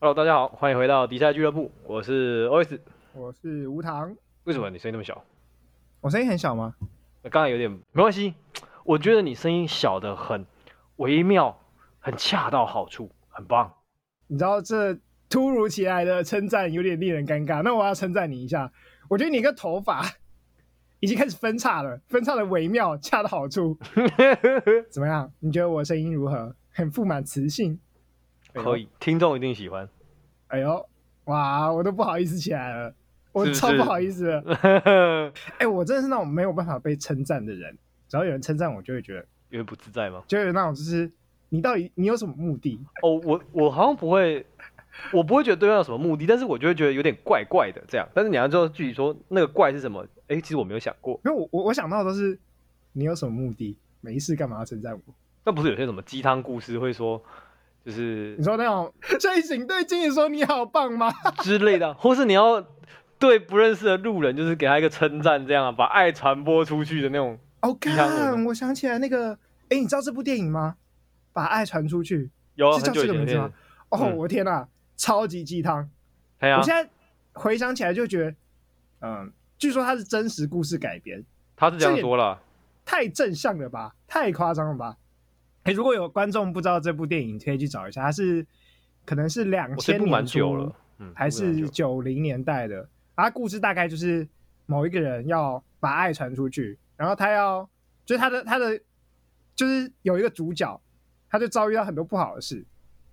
Hello，大家好，欢迎回到迪赛俱乐部，我是 OS。我是无糖，为什么你声音那么小？我声音很小吗？那刚才有点没关系，我觉得你声音小的很微妙，很恰到好处，很棒。你知道这突如其来的称赞有点令人尴尬，那我要称赞你一下。我觉得你个头发 已经开始分叉了，分叉的微妙，恰到好 处。怎么样？你觉得我声音如何？很富满磁性。可以，哎听众一定喜 欢。哎呦，哇，我都不好意思起来了，我是不超是不好意思的。哎、我真的是那种没有办法被称赞的人，只要有人称赞我，就会觉得，有点不自在吗？就会有那种就是你到底你有什么目的？哦，我我好像不会，我不会觉得对方有什么目的，但是我就会觉得有点怪怪的这样。但是你要知道具体说那个怪是什么，哎，其实我没有想过。因为我我我想到的都是你有什么目的，没事干嘛要称赞我？那不是有些什么鸡汤故事会说，就是你说 那种睡醒对经理说你好棒吗？之类的，或是你要对不认识的路人，就是给他一个称赞，这样啊，把爱传播出去的那种。哦，常我的看，我想起来那个，哎，你知道这部电影吗？把爱传出去。有啊很是久叫这以个前的名字电吗影，？哦，嗯我天哪，超级鸡汤！哎呀我，现在回想起来就觉得，嗯，据说它是真实故事改编，他是这样说了，太正向了吧，太夸张了吧？哎，如果有观众不知道这部电影，可以去找一下，它是可能是两我这千部蛮年久初了，嗯，还这部蛮是久九零年代的。啊，故事大概就是某一个人要把爱传出去，然后他要就是他的他的就是有一个主角，他就遭遇到很多不好的事，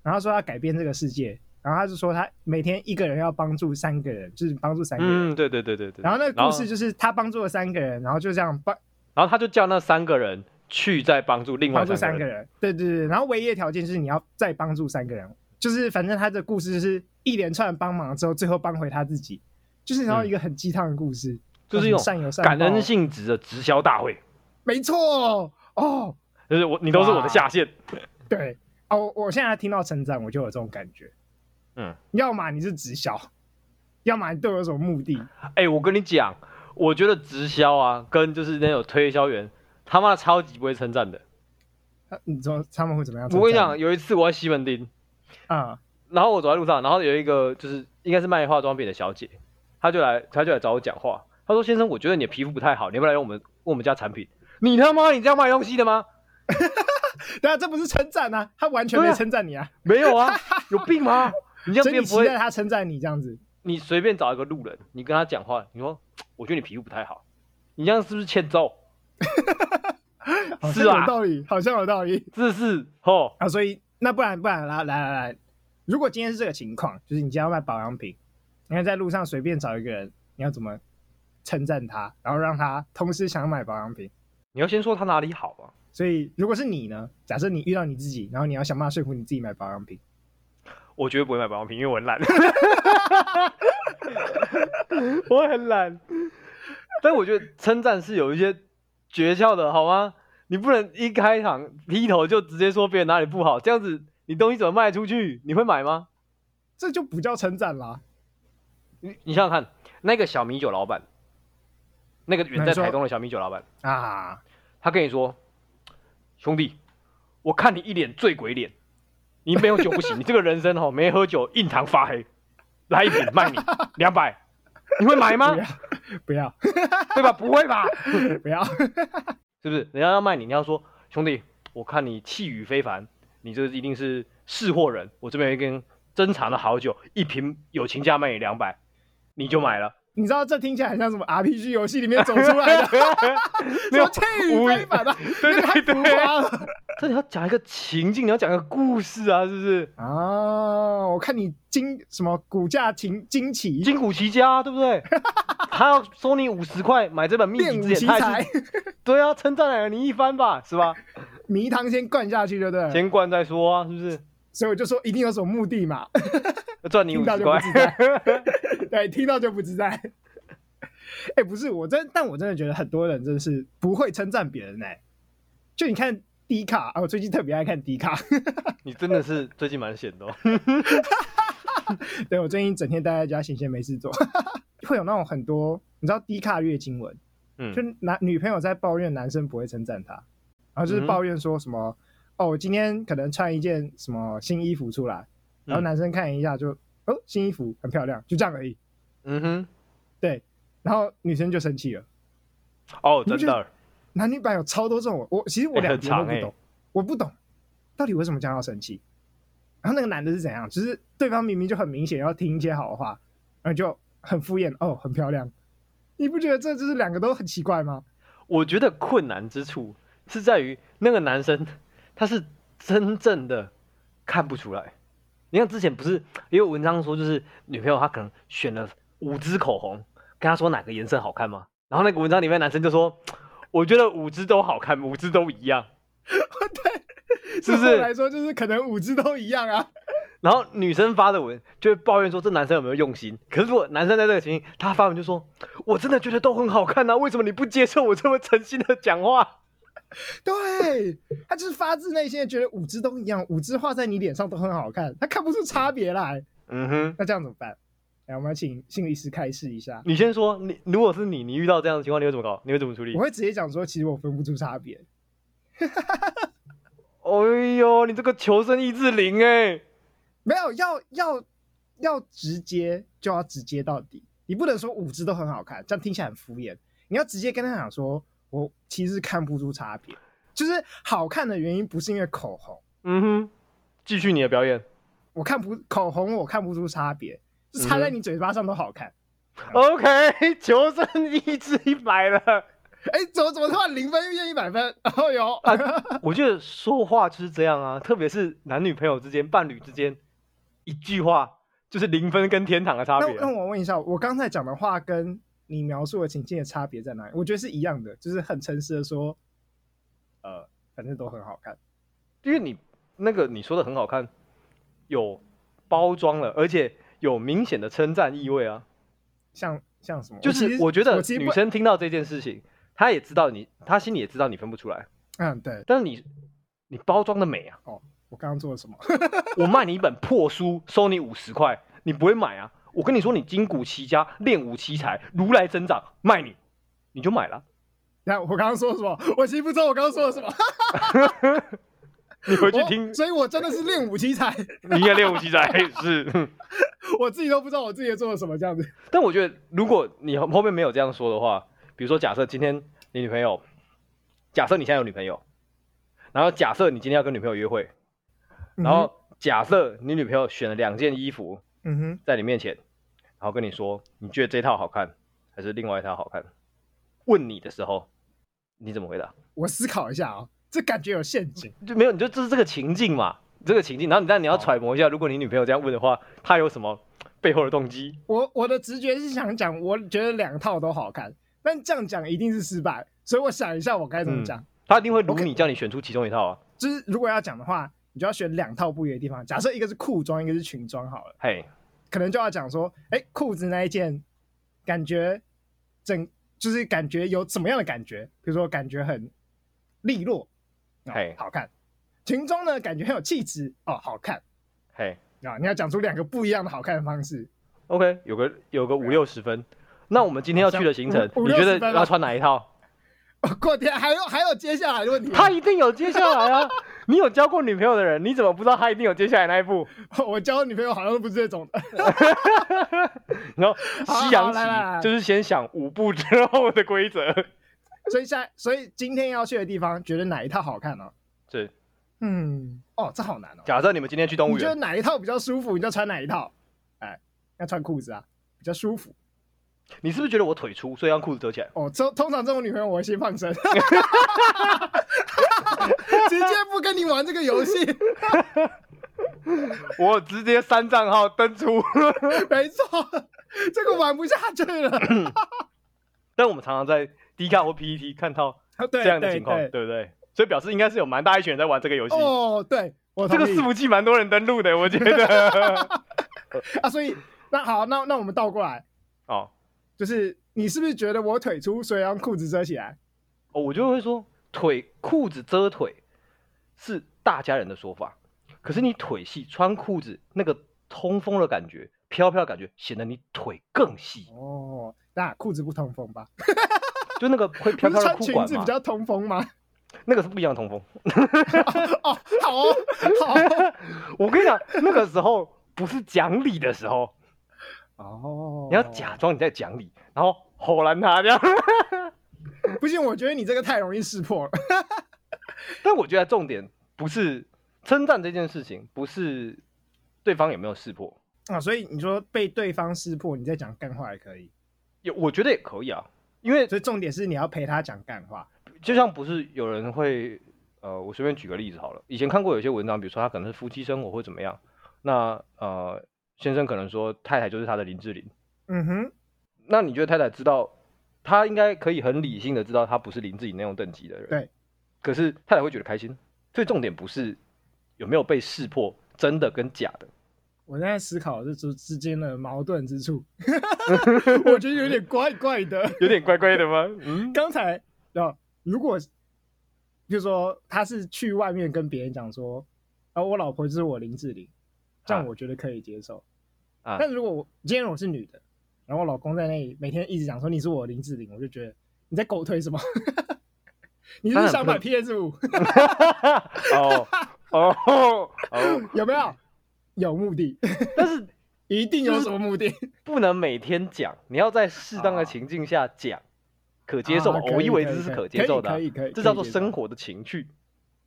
然后说要改变这个世界，然后他就说他每天一个人要帮助三个人，就是帮助三个人。嗯，对对对对对。然后那个故事就是他帮助了三个人，然后就这样帮然后他就叫那三个人去再帮助另外帮助三个个。人，对对对。然后唯一的条件就是你要再帮助三个人，就是反正他的故事就是一连串帮忙之后，最后帮回他自己，就是然后一个很鸡汤的故事，嗯就是一有种善有善报感恩，性质的直销大会，没错哦，就是我你都是我的下线，对哦，我我现在听到成长，我就有这种感觉，嗯，要么你是直销，要么你对我有什么目的，哎、我跟你讲，我觉得直销啊，跟就是那种推销员，他妈的超级不会称赞的。呃你说他们会怎么样？我跟你讲，，有一次我在西门町，啊、然后我走在路上，然后有一个就是应该是卖化妆品的小姐，她就来，她就来找我讲话。她说：“先生，我觉得你的皮肤不太好，你要不要来用我们用我们家产品？”你他妈，你这样卖东西的吗？对啊，这不是称赞啊，他完全对没啊称赞你啊，没有啊，有病吗？你这样所别以你人不期待会，他称赞你这样子，你随便找一个路人，你跟他讲话，你说：“我觉得你皮肤不太好，你这样是不是欠揍？好是像啊有道理，好像有道理。这是哦，啊，所以那不然不然来来来来，如果今天是这个情况，就是你今天要卖保养品，你看在路上随便找一个人，你要怎么称赞他，然后让他同时想买保养品？你要先说他哪里好啊。”所以如果是你呢？假设你遇到你自己，然后你要想办法说服你自己买保养品，我绝对不会买保养品，因为我很懒， 我很懒。但我觉得称赞是有一些诀窍的，好吗？你不能一开场劈头就直接说别人哪里不好，这样子你东西怎么卖出去？你会买吗？这就不叫称赞啦。你你想想看，那个小米酒老板，那个远那在你说台东的小米酒老板，啊，他跟你说，兄弟，我看你一脸醉鬼脸，你没有酒不行， 你这个人生哦，没喝酒印堂发黑，来一瓶卖你 两百，你会买吗不？要 不要对吧？不会吧？不要，是不是？人家要卖你，你要说兄弟，我看你气宇非凡，你这一定是是货人，我这边有一根珍藏的好酒，一瓶友情价卖你两百，你就买了。你知道这听起来很像什么 RPG 游戏里面走 出 来的什么气宇非凡啊，对对浮对，夸了这你要讲一个情境，你要讲一个故事啊，是不是？啊！我看你惊什么股价挺惊奇，筋骨齐家，对不 对？他要收你五十块买这本秘练籍武之奇前，他还才是，对啊，称赞了你一番吧，是吧？迷汤先灌下去，对不对？先灌再说啊，是不是？所以我就说一定有什么目的嘛， 赚你听五到十就不块，自在，对，听到就不自在。 哎、不是我真，但我真的觉得很多人真的是不会称赞别人哎、就你看低卡啊，我最近特别爱看低卡， 你真的是最近蛮闲的、哦。对我最近整天待在家，闲闲没事做， 会有那种很多你知道低卡月经文，嗯就，男女朋友在抱怨男生不会称赞她，然后就是嗯抱怨说什么、哦，我今天可能穿一件什么新衣服出来，嗯然后男生看一下就、哦新衣服很漂亮，就这样而已。嗯哼，对，然后女生就生气了。哦，你不真觉的得，男女版有超多这种，我其实我欸两很边都长不欸懂，我不懂到底为什么这样要生气。然后那个男的是怎样？就是对方明明就很明显要听一些好话，然后就很敷衍哦，很漂亮。你不觉得这就是两个都很奇怪吗？我觉得困难之处是在于那个男生他是真正的看不出来。你看之前不是也有文章说，就是女朋友她可能选了五支口红，跟他说哪个颜色好看吗？然后那个文章里面男生就说，我觉得五支都好看， 五支都一样。是不是对我来说就是可能五只都一样啊？然后女生发的文就会抱怨说这男生有没有用心。可是如果男生在这个情境，他发文就说：“我真的觉得都很好看啊，为什么你不接受我这么诚心的讲话对，他就是发自内心的觉得五只都一样，五只画在你脸上都很好看，他看不出差别来。？”嗯哼，那这样怎么办？来，我们要请心理师开示一下。你先说，你如果是你，你遇到这样的情况，你会怎么搞？你会怎么处理我？会直接讲说，其实我分不出差别。哎呦，你这个求生意志零哎、没有，要要要直接就要直接到底，你不能说五只都很好看，这样听起来很敷衍。你要直接跟他讲说，我其实看不出差别，就是好看的原因不是因为口红，嗯哼，继续你的表演。我看不口红我看不出差别，就擦在嗯你嘴巴上都好看。 OK，求 生意志一百了。哎、怎么怎么突然零分又变一百分？哎哦哟，我觉得说话就是这样啊，特别是男女朋友之间、伴侣之间，一句话就是零分哦跟天堂的差那别。那我问一下，我刚才讲的话跟你描述的情境的差别在哪里？我觉得是一样的，就是很诚实的说，呃，反正都很好看。因为你那个你说的很好看，有包装了，而且有明显的称赞意味啊。像像什么？就其是实我觉得我其实女不生听到这件事情，她也知道你，她心里也知道你分不出来， 嗯，对但是你你包装的美啊，我刚刚做了什么？ 我卖你一本破书，收你五十块，你不会买啊？我跟你说，你筋骨齐家，练武奇才，如来真掌，卖你，你就买了，然后我刚刚说了什么？我其实不知道我刚刚说了什么。你回去我 听，所以我真的是练武奇才，你也练武奇才是。 我自己都不知道我自己做了什么这样子。但我觉得，如果你后后面没有这样说的话，比如说，假设今天你女朋友，假设你现在有女朋友，然后假设你今天要跟女朋友约会，然后假设你女朋友选了两件衣服嗯哼，嗯在你面前，然后跟你说你觉得这套好看还是另外一套好看，问你的时候，你怎么回答？哼，我思考一下啊、这感觉有陷阱。就没有，你就这是这个情境嘛，这个情境，然后你但你要揣摩一下，如果你女朋友这样问的话，她有什么背后的动机？我我的直觉是想讲，我觉得两套都好看，但这样讲一定是失败，所以我想一下我该怎么讲。她一定会如 OK 你，叫你选出其中一套啊。就是如果要讲的话，你就要选两套不一样的地方。假设一个是裤装，一个是裙装好了。嘿，可能就要讲说，哎、裤子那一件，感觉整就是感觉有怎么样的感觉？比如说感觉很利落，啊嘿好看。裙装呢，感觉很有气质，哦，好看嘿。啊！你要讲出两个不一样的好看的方式。 OK，有个有个五六十分。那我们今天要去的行程，五五你觉六得十分啊要穿哪一套？哦、过天还有还有接下来的问题，他一定有接下来啊！ 你有交过女朋友的人，你怎么不知道他一定有接下来那一步？哦我交女朋友好像都不是这种 的，然后 好西洋来来来棋就是先想五步之后的规则。所以现在所以今天要去的地方，觉得哪一套好看呢、是，嗯，哦，这好难哦。假设你们今天去动物你觉得园，哪一套比较舒服，你就穿哪一套。哎，要穿裤子啊，比较舒服。你是不是觉得我腿粗，所以让裤子遮起来？哦，通通常这种女朋友我会先放生， 直接不跟你玩这个游戏。 我直接删账号登出。 没错，这个玩不下去了。但我们常常在 D 卡或 PET 看到对这样的情况，对对对不对？所以表示应该是有蛮大一群人在玩这个游戏。哦，对，我这个同意伺服器蛮多人登录的，我觉得。 啊，所以那好，那那我们倒过来，哦，就是你是不是觉得我腿粗，所以要用裤子遮起来？哦，我就会说腿裤子遮腿是大家人的说法，可是你腿细，穿裤子那个通风的感觉、飘飘的感觉，显得你腿更细，哦，那裤子不通风吧？就那个会飘不飘的是穿裤裙管子嘛比，较通风吗？ 那个是不一样的通风。 哦，好哦，好哦， 我跟你讲，那个时候不是讲理的时候，哦，你要假装你在讲理，然后吼烂他这样。 哦不行，我觉得你这个太容易识破了。但我觉得重点不是称赞这件事情，不是对方有没有识破，啊，所以你说被对方识破，你再讲干话也可以。有我觉得也可以啊，因为所以重点是你要陪他讲干话。就像不是有人会，呃，我随便举个例子好了，以前看过有些文章，比如说他可能是夫妻生活或怎么样，那呃，先生可能说太太就是他的林志玲，嗯哼，那你觉得太太知道，她应该可以很理性的知道她不是林志颖那种等级的人，对。可是太太会觉得开心，所以重点不是有没有被识破，真的跟假的。我现在思考这之之间的矛盾之 处，我觉得有点怪怪的。有点怪怪的吗？嗯，刚才啊，如果就说他是去外面跟别人讲说，啊，我老婆就是我林志玲，这样啊我觉得可以接受。 啊但如果我今天我是女的，然后我老公在那里每天一直讲说你是我林志玲，我就觉得你在狗推什么？ 你是不是想买 PS 五？哦哦哦，有没有？有 目的，但是一定有什么目的？不能每天讲，你要在适当的情境下讲，可接受吗啊？可以我以为这是可接受的啊可，以可以可以，这叫做生生活的情趣，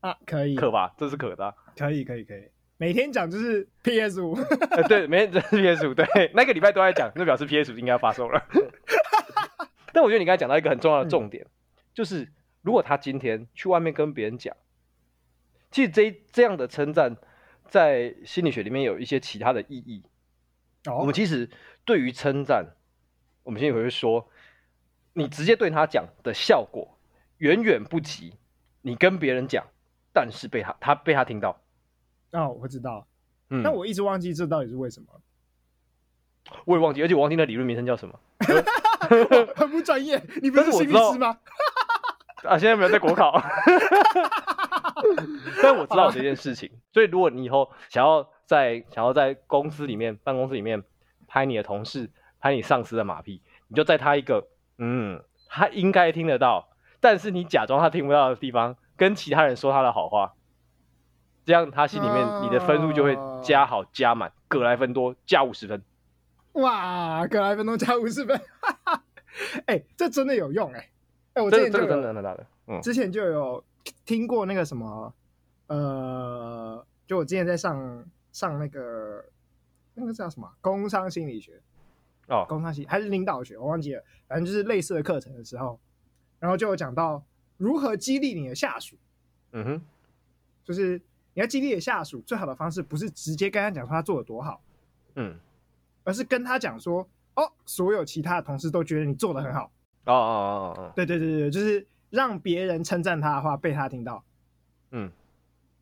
啊，可以可吧？这是可的啊。可以可以可以，每天讲就是 PS 五， 呃，对，没这是 PS 五，对，那个礼拜都在讲，那表示 PS 五应该要发售了。但我觉得你刚才讲到一个很重要的重嗯点，就是如果他今天去外面跟别人讲，其实这一这样的称赞，在心理学里面有一些其他的意义。我哦们其实对于称赞，我们心理学会说，你直接对他讲的效果远远不及你跟别人讲，但是被他他被他听到。哦，我知道，嗯，但我一直忘记这到底是为 什么，我也忘记，而且我忘记那理论名称叫什么。很不专业。你不是心理师吗？啊，现在没有在国考， 但我知道有这件事情，所以如果你以后想要在想要在公司里面、办公室里面拍你的同事、拍你上司的马屁，你就在他一个嗯，他应该听得到，但是你假装他听不到的地方，跟其他人说他的好话，这样他心里面你的分数就哦会加好加满，葛莱芬多加五十分。哇，格莱芬多加五十分， 哎、这真的有用哎、哎、我之这个前这就个真有的很大的，嗯之前就有听过那个什么，呃，就我之前在上上那个那个叫什么啊工商心理学，哦工商系还是领导学，我忘记了，反正就是类似的课程的时候，然后就有讲到如何激励你的下属，嗯哼就是你要激励你的下属，最好的方式不是直接跟他讲说他做的多好，嗯而是跟他讲说，哦，所有其他的同事都觉得你做的很好，哦哦哦哦哦对对对对，就是让别人称赞他的话被他听到，嗯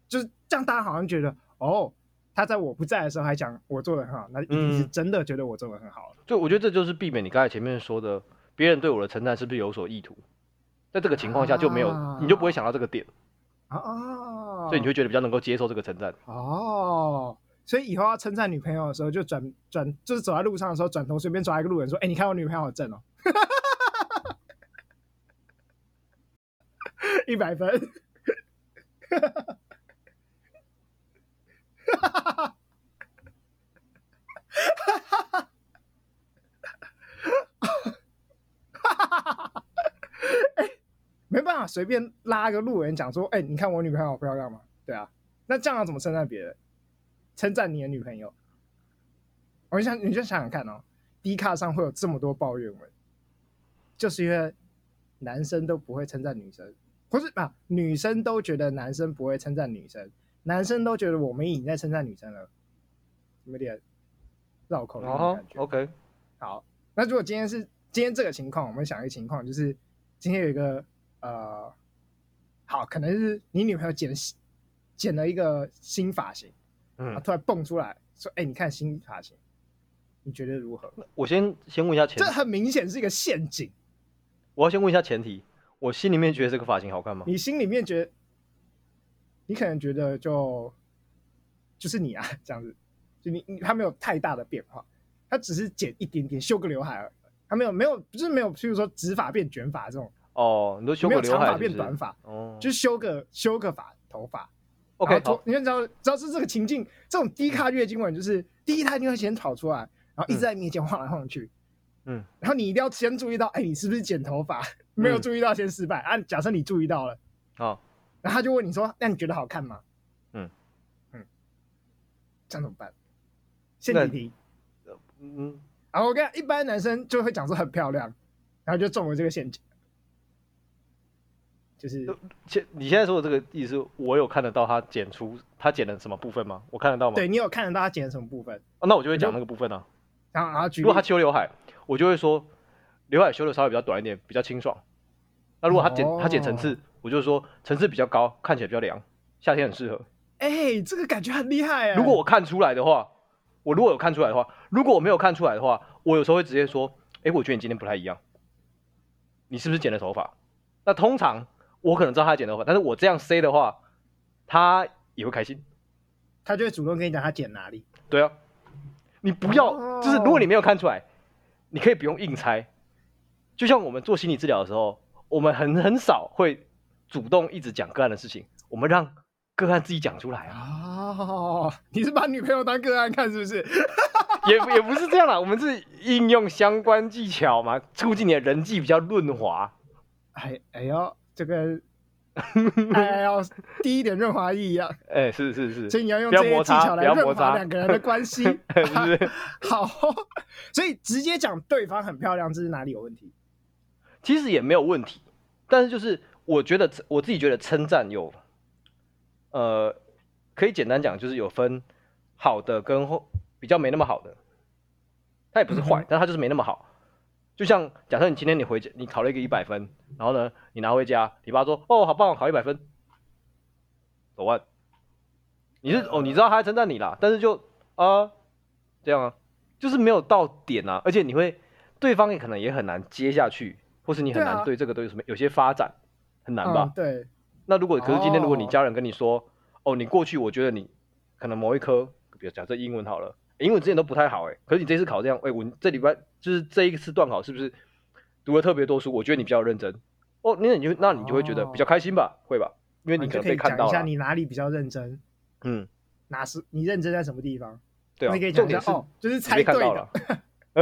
就是这样，大家好像觉得哦，他在我不在的时候还讲我做的很好，那一定是嗯真的觉得我做的很好了。就我觉得这就是避免你刚才前面说的，别人对我的称赞是不是有所意图，在这个情况下就没有，啊你就不会想到这个点，啊哦，嗯所以你就觉得比较能够接受这个称赞。哦，所以以后要称赞女朋友的时候，就转转，就是走在路上的时候，转头随便抓一个路人说：“哎、你看我女朋友好正哦。” 一百分，哎没办法，随便拉个路人讲说：“哎、你看我女朋友好漂亮吗？”对啊，那这样要怎么称赞别人？称赞你的女朋友？我想你就想想看哦，d 卡上会有这么多抱怨文，就是因为男生都不会称赞女生，不是啊，女生都觉得男生不会称赞女生，男生都觉得我们已经在称赞女生了，有点绕口令的哦感觉。 ，OK，好，那如果今天是今天这个情况，我们想一个情况，就是今天有一个呃，好，可能是你女朋友剪剪了一个新发型，她嗯，突然蹦出来说：“哎、你看新发型，你觉得如何我先先问一下？”前这，很明显是一个陷阱。我要先问一下前提，我心里面觉得这个发型好看吗？你心里面觉得，你可能觉得就就是你啊，这样子，就你你他没有太大的变化，他只是剪一点点，修个刘海而已，他没有没有就是没有，譬如说直发变卷发这种。哦，你都修个没有刘长海发是不变是短发，哦，就是修个修个发头发。然 OK，后好脱，你就知道，知道是这个情境，这种低卡月经文就是第一，他一定会先跑出来，然后一直在你面前晃来晃去。嗯，然后你一定要先注意到，哎，你是不是剪头发？没有注意到先失败、啊。假设你注意到了，好，然后他就问你说：“那你觉得好看吗？”嗯嗯，这样怎么办？陷那阱题。嗯，然后我跟你讲一般男生就会讲说很漂亮，然后就中了这个陷阱，就是现你现在说的这个意思，我有看得到他剪出他剪了什么部分吗？我看得到吗？对你有看得到他剪的什么部分，啊那我就会讲那个部分啊。然后然后举如例果他修刘海，我就会说刘海修的稍微比较短一点，比较清爽。那如果他剪、他剪层次，我就说层次比较高，看起来比较凉，夏天很适合。哎、这个感觉很厉害哎、如果我看出来的话，我如果有看出来的话，如果我没有看出来的话，我有时候会直接说，哎、我觉得你今天不太一样，你是不是剪了头发？那通常我可能知道他剪头发，但是我这样 say 的话，他也会开心。他就会主动跟你讲他剪哪里，对啊，你不要、哦就是如果你没有看出来，你可以不用硬猜。就像我们做心理治疗的时候，我们很很少会主动一直讲个案的事情，我们让个案自己讲出来 啊，哦， 你是把女朋友当个案看是不是？也也不是这样啦，我们是应用相关技巧嘛，促进你的人际比较润滑。哎哎呦，这个哎呦，第一点润滑液一样，哎、是是是，所以你要用不要这些摩技擦巧来不要润摩滑擦两个人的关系 是不是？好，所以直接讲对方很漂亮，这是哪里有问题？其实也没有问题，但是就是我觉得我自己觉得称赞有，呃，可以简单讲就是有分好的跟后比较没那么好的，它也不是坏，嗯哼但它就是没那么好。就像假设你今天你回家你考了一个一百分，然后呢你拿回家，你爸说哦好棒，考一百分，走完。你是哦，你知道他在称赞你啦，但是就啊、这样啊，就是没有到点啊，而且你会对方也可能也很难接下去，或是你很对啊难对这个东西有什么有些发展，很难吧？嗯，对，那如果可是今天如果你哦家人跟你说，哦，你过去我觉得你可能某一科，比如假设英文好了，英文之前都不太好哎、可是你这次考这样，哎、我这礼拜就是这一次段考是不是读了特别多书？我觉得你比较认真，哦，那你就那你就会觉得比较开心吧，会吧？因为你啊可就能可以被看讲到一下了，哦你哪里比较认真，嗯，哪是你认真在什么地方？对啊你可以，重讲一下点是哦，就是你猜被看对到的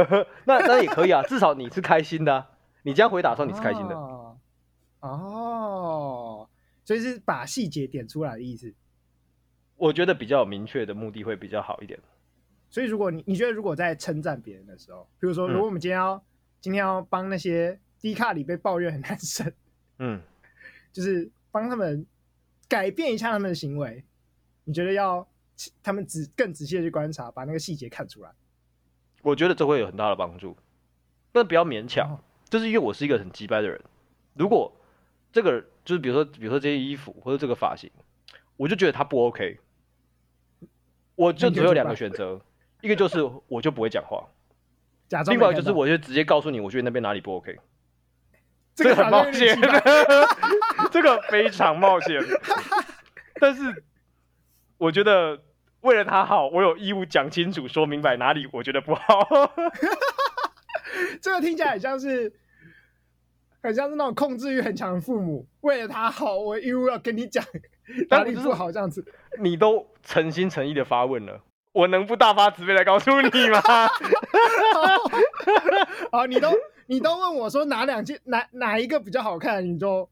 了，， 那那也可 以啊，至少你是开心的啊、你这样回答的时候你是开心的，哦。哦，所以是把细节点出来的意思。我觉得比较有明确的目的会比较好一点。所以如果你你觉得如果在称赞别人的时候，比如说嗯如果我们今天要、今天要帮那些低卡里被抱怨的男生， 嗯，就是帮他们改变一下他们的行为，你觉得要他们仔更仔细的去观察，把那个细节看出来。我觉得这会有很大的帮助，但不要勉强哦，就是因为我是一个很鸡掰的人。如果这个就是比如说，比如说这些衣服或者这个发型，我就觉得它不 OK，我就只有两个选择，一个就是我就不会讲话，假装另没外看就是到我就直接告诉你，我觉得那边哪里不 OK。这个个很好像冒有险点奇 葩，这个非常冒 险。但是我觉得为了他好，我有义务讲清楚、说明白哪里我觉得不好。 这个听起来很像是，很像是那种控制欲很强的父母，为了他好，我义务要跟你讲但哪我里就是不好这样子。你都诚心诚意的发问了，我能不大发慈悲来告诉你吗？ 啊，你都你都问我说哪两件哪哪一个比较好看，你就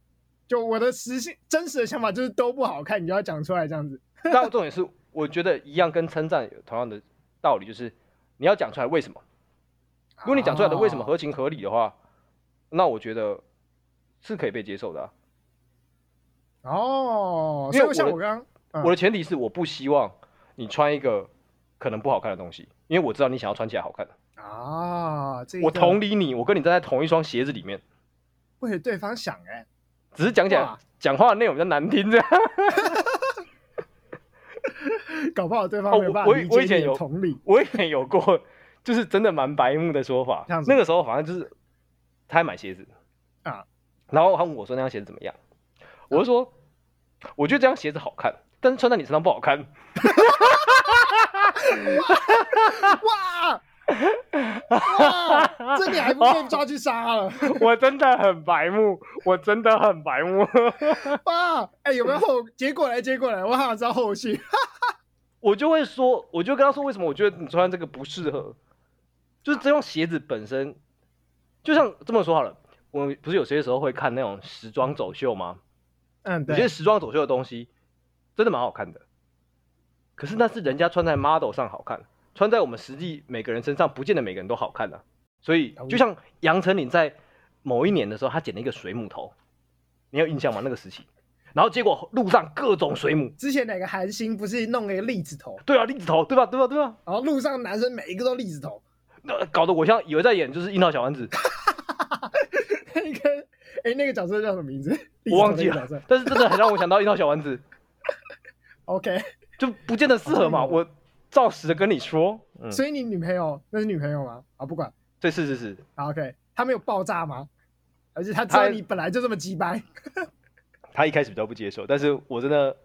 就我的实性真实的想法就是都不好看，你就要讲出来这样子。但重点是，我觉得一样跟称赞有同样的道理，就是你要讲出来为什么。如果你讲出来的为什么合情合理的话，那我觉得是可以被接受的啊、哦，因为所我以的像我刚嗯我的前提是我不希望你穿一个可能不好看的东西，因为我知道你想要穿起来好看。刚啊，这我个同理你，我跟你站在同一双鞋子里面，为了对方想哎、只是讲起来哇讲话的内容比较难听这样。搞不好对哦方没有办我法我理我以解前你的有 同理。 我也有过，就是真的蛮白目的说法这样。子那个时候好像就是他还买鞋子啊，然后他问我说那双鞋子怎么样，嗯我就说我觉得这双鞋子好看，但是穿在你身上不好看。 哇哇，这 你还不被抓去杀了？我真的很白目，我真的很白目。哇，哎、有没有后？结果来，结果来，我好想知道后续。我就会说，我就跟他说为什么我觉得你穿这个不适合，就是这双鞋子本身，就像这么说好了，我们不是有些时候会看那种时装走秀吗？嗯，有些对，时装走秀的东西真的蛮好看的，可是那是人家穿在 model 上好看，穿在我们实际每个人身上，不见得每个人都好看啊。所以同意就像杨丞琳在某一年的时候，她剪了一个水母头，你有印象吗？那个时期，然后结果路上各种水母，之前哪个韩星不是弄了一个栗子头，对啊，栗子头，对吧？对吧？对吧？然后路上男生每一个都栗子 头，那呃搞得我像以为在演就是樱桃小丸子，那个哎、那个角色叫什么名字？ 栗子我头忘记那个了角色。，但是真的很让我想到樱桃小丸子， OK，、就不见得适合嘛。好我照实的跟你说，嗯，所以你女朋友那是女朋友吗？啊，不管。对，是是是，好 OK，她没有爆炸吗？而且她知道她你本来就这么鸡掰，他一开始比较不接受，但是我真的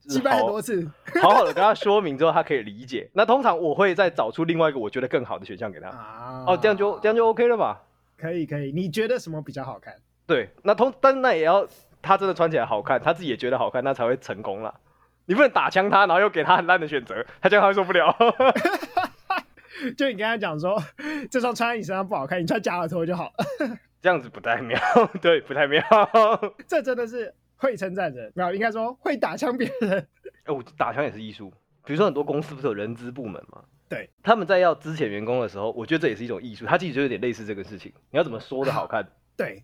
鸡是掰很好多次。好好的跟他说明之后，他可以理解。那通常我会再找出另外一个我觉得更好的选项给他。啊哦，这样就这样就 OK 了嘛？可以可以。你觉得什么比较好看？ 对，那通但是那也要他真的穿起来好看，他自己也觉得好看，那才会成功啦。你不能打枪他，然后又给他很烂的选择，他这样他会受不了。 就你跟他讲说， 这双穿在你身上不好看，你穿假耳头就好。这样子不太妙， 对，不太妙。这真的是会称赞人，没有，应该说会打枪别人。哎、我打枪也是艺术。比如说很多公司不是有人资部门嘛？对，他们在要资遣员工的时候，我觉得这也是一种艺术。他其实就有点类似这个事情，你要怎么说的好看？对，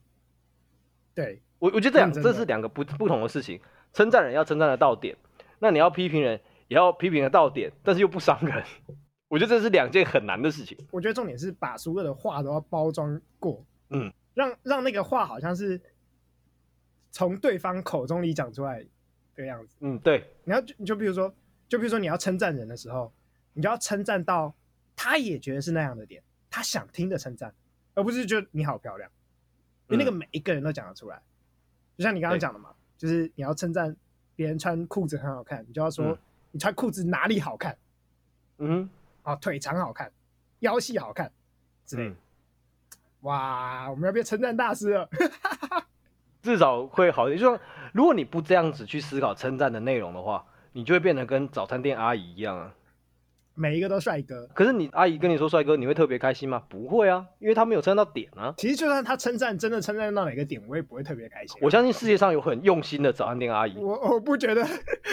对，我我觉得这两 认真这的是两个不不同的事情。称赞人要称赞得到点，那你要批评人也要批评得到点，但是又不伤人。我觉得这是两件很难的事情。我觉得重点是把所有的话都要包装过，嗯，让让那个话好像是从对方口中里讲出来的样子。嗯，对，你要你就比如说，就比如说你要称赞人的时候，你就要称赞到他也觉得是那样的点，他想听的称赞，而不是就你好漂亮，因为那个嗯每一个人都讲得出来。就像你刚刚对讲的嘛，就是你要称赞别人穿裤子很好看，你就要说、嗯你穿裤子哪里好看嗯啊，腿长好看，腰细好看之类的。嗯，哇，我们要变称赞大师了。至少会好一点。就像如果你不这样子去思考称赞的内容的话，你就会变得跟早餐店阿姨一样啊。每一个都帅哥。可是你阿姨跟你说帅哥，你会特别开心吗？不会啊，因为她没有称赞到点啊。其实就算他称赞真的称赞到哪个点，我也不会特别开心。啊我相信世界上有很用心的早餐店阿姨。我我不觉得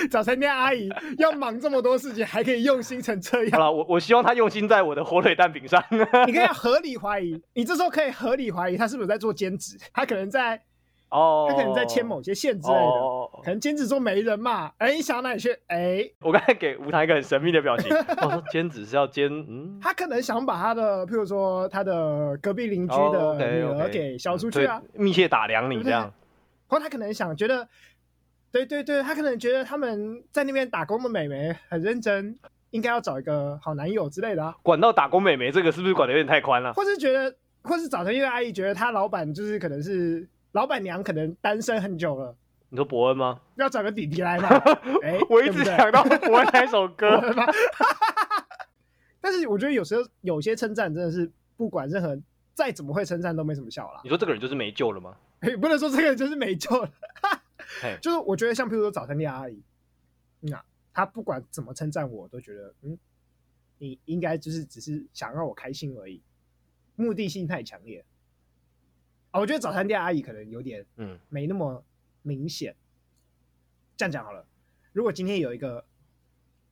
早餐店 阿姨要忙这么多事情，还可以用心成这好样。了，我我希望她用心在我的火腿蛋 饼上。你可以合理怀疑，你这时候可以合理怀疑他是不是在做兼职，他可能在哦，他可能在签某些线之类的，哦哦哦可能兼职做媒人嘛。哎，你想到哪里去？哎，我刚才给吴糖一个很神秘的表 情，我说兼职是要兼，嗯，他可能想把他的，譬如说他的隔壁邻居哦的，OK，OK，女儿给销出去啊，对密切打量你这样，或他可能想觉得，对对对，他可能觉得他们在那边打工的美眉很认真，应该要找一个好男友之类的啊，管到打工美眉这个是不是管的有点太宽啊了？或是觉得，或是早晨因为阿姨觉得她老板就是可能是老板娘，可能单身很久了，你说伯恩吗？要找个弟弟 来嘛，哎，我一对直不对想到伯恩那首我 歌，的妈但是我觉得有时候有些称赞真的是不管任何再怎么会称赞都没什么效啦。你说这个人就是没救了吗？也不能说这个人就是没救了嘿， 就是我觉得像譬如说早餐店阿姨，嗯啊，她不管怎么称赞我，我都觉得嗯，你应该就是只是想让我开心而已，目的性太强烈。啊，我觉得早餐店阿姨可能有点嗯，没那么明显。这样讲好了，如果今天有一个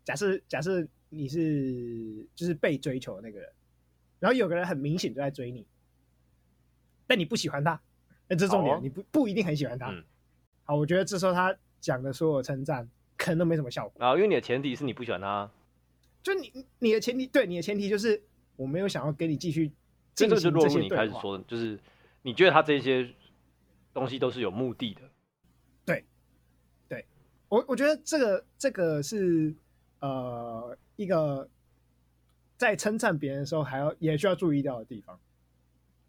假设，假设你是就是被追求的那个人，然后有个人很明显就在追你，但你不喜欢他，那这是重点，好啊你不不一定很喜欢他。嗯好，我觉得这时候他讲的所有称赞可能都没什么效果。然啊后因为你的前提是你不喜欢他，就你你的前提，对你的前提就是我没有想要跟你继续这进个就行落入些你开对始话。说的，就是你觉得他这些东西都是有目的的，我我觉得这个这个是呃一个在称赞别人的时候还要也需要注意到的地方，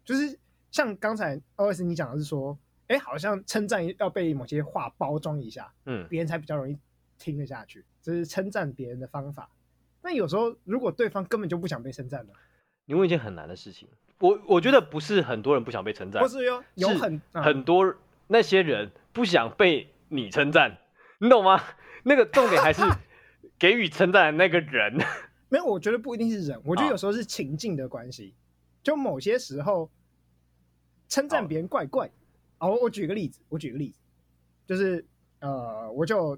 就是像刚才 O S 你讲的是说，哎，好像称赞要被某些话包装一下，嗯，别人才比较容易听得下去，这是称赞别人的方法。但有时候如果对方根本就不想被称赞的，你问一件很难的事情，我我觉得不是很多人不想被称赞或，是有有是很、啊很多那 些人不想被你称赞，你懂吗？那个重点还是给予称赞的那个 人。没有，我觉得不一定是人，我觉得好有时候是情境的关系。就某些时候，称赞好别人怪怪。哦，我我举个例子，我举个例子，就是呃，我就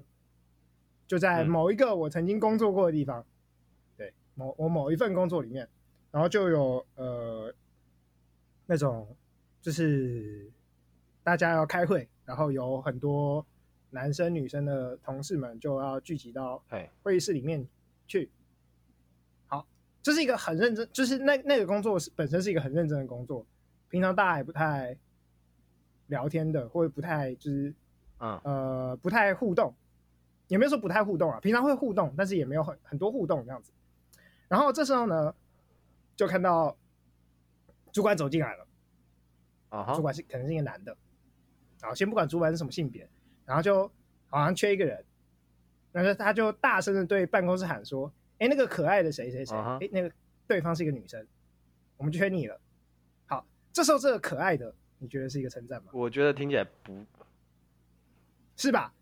就在嗯某一个我曾经工作过的地方，对，某我某一份工作里面，然后就有呃那种就是大家要开会，然后有很多男生女生的同事们就要聚集到哎，会议室里面去。好，这是一个很认真，就是那那个工作是本身是一个很认真的工作，平常大家也不太聊天的，或者不太就是嗯呃不太互动，也没有说不太互动啊，平常会互动，但是也没有很很多互动这样子。然后这时候呢，就看到主管走进来了。啊哈主，管是可能是一个男的，然后先不管主管是什么性别，然后就好像缺一个人，然后他就大声的对办公室喊说：“哎，那个可爱的谁谁谁，嗯哼哎，那个对方是一个女生，我们缺你了。”好，这时候这个可爱的，你觉得是一个称赞吗？我觉得听起来不是吧？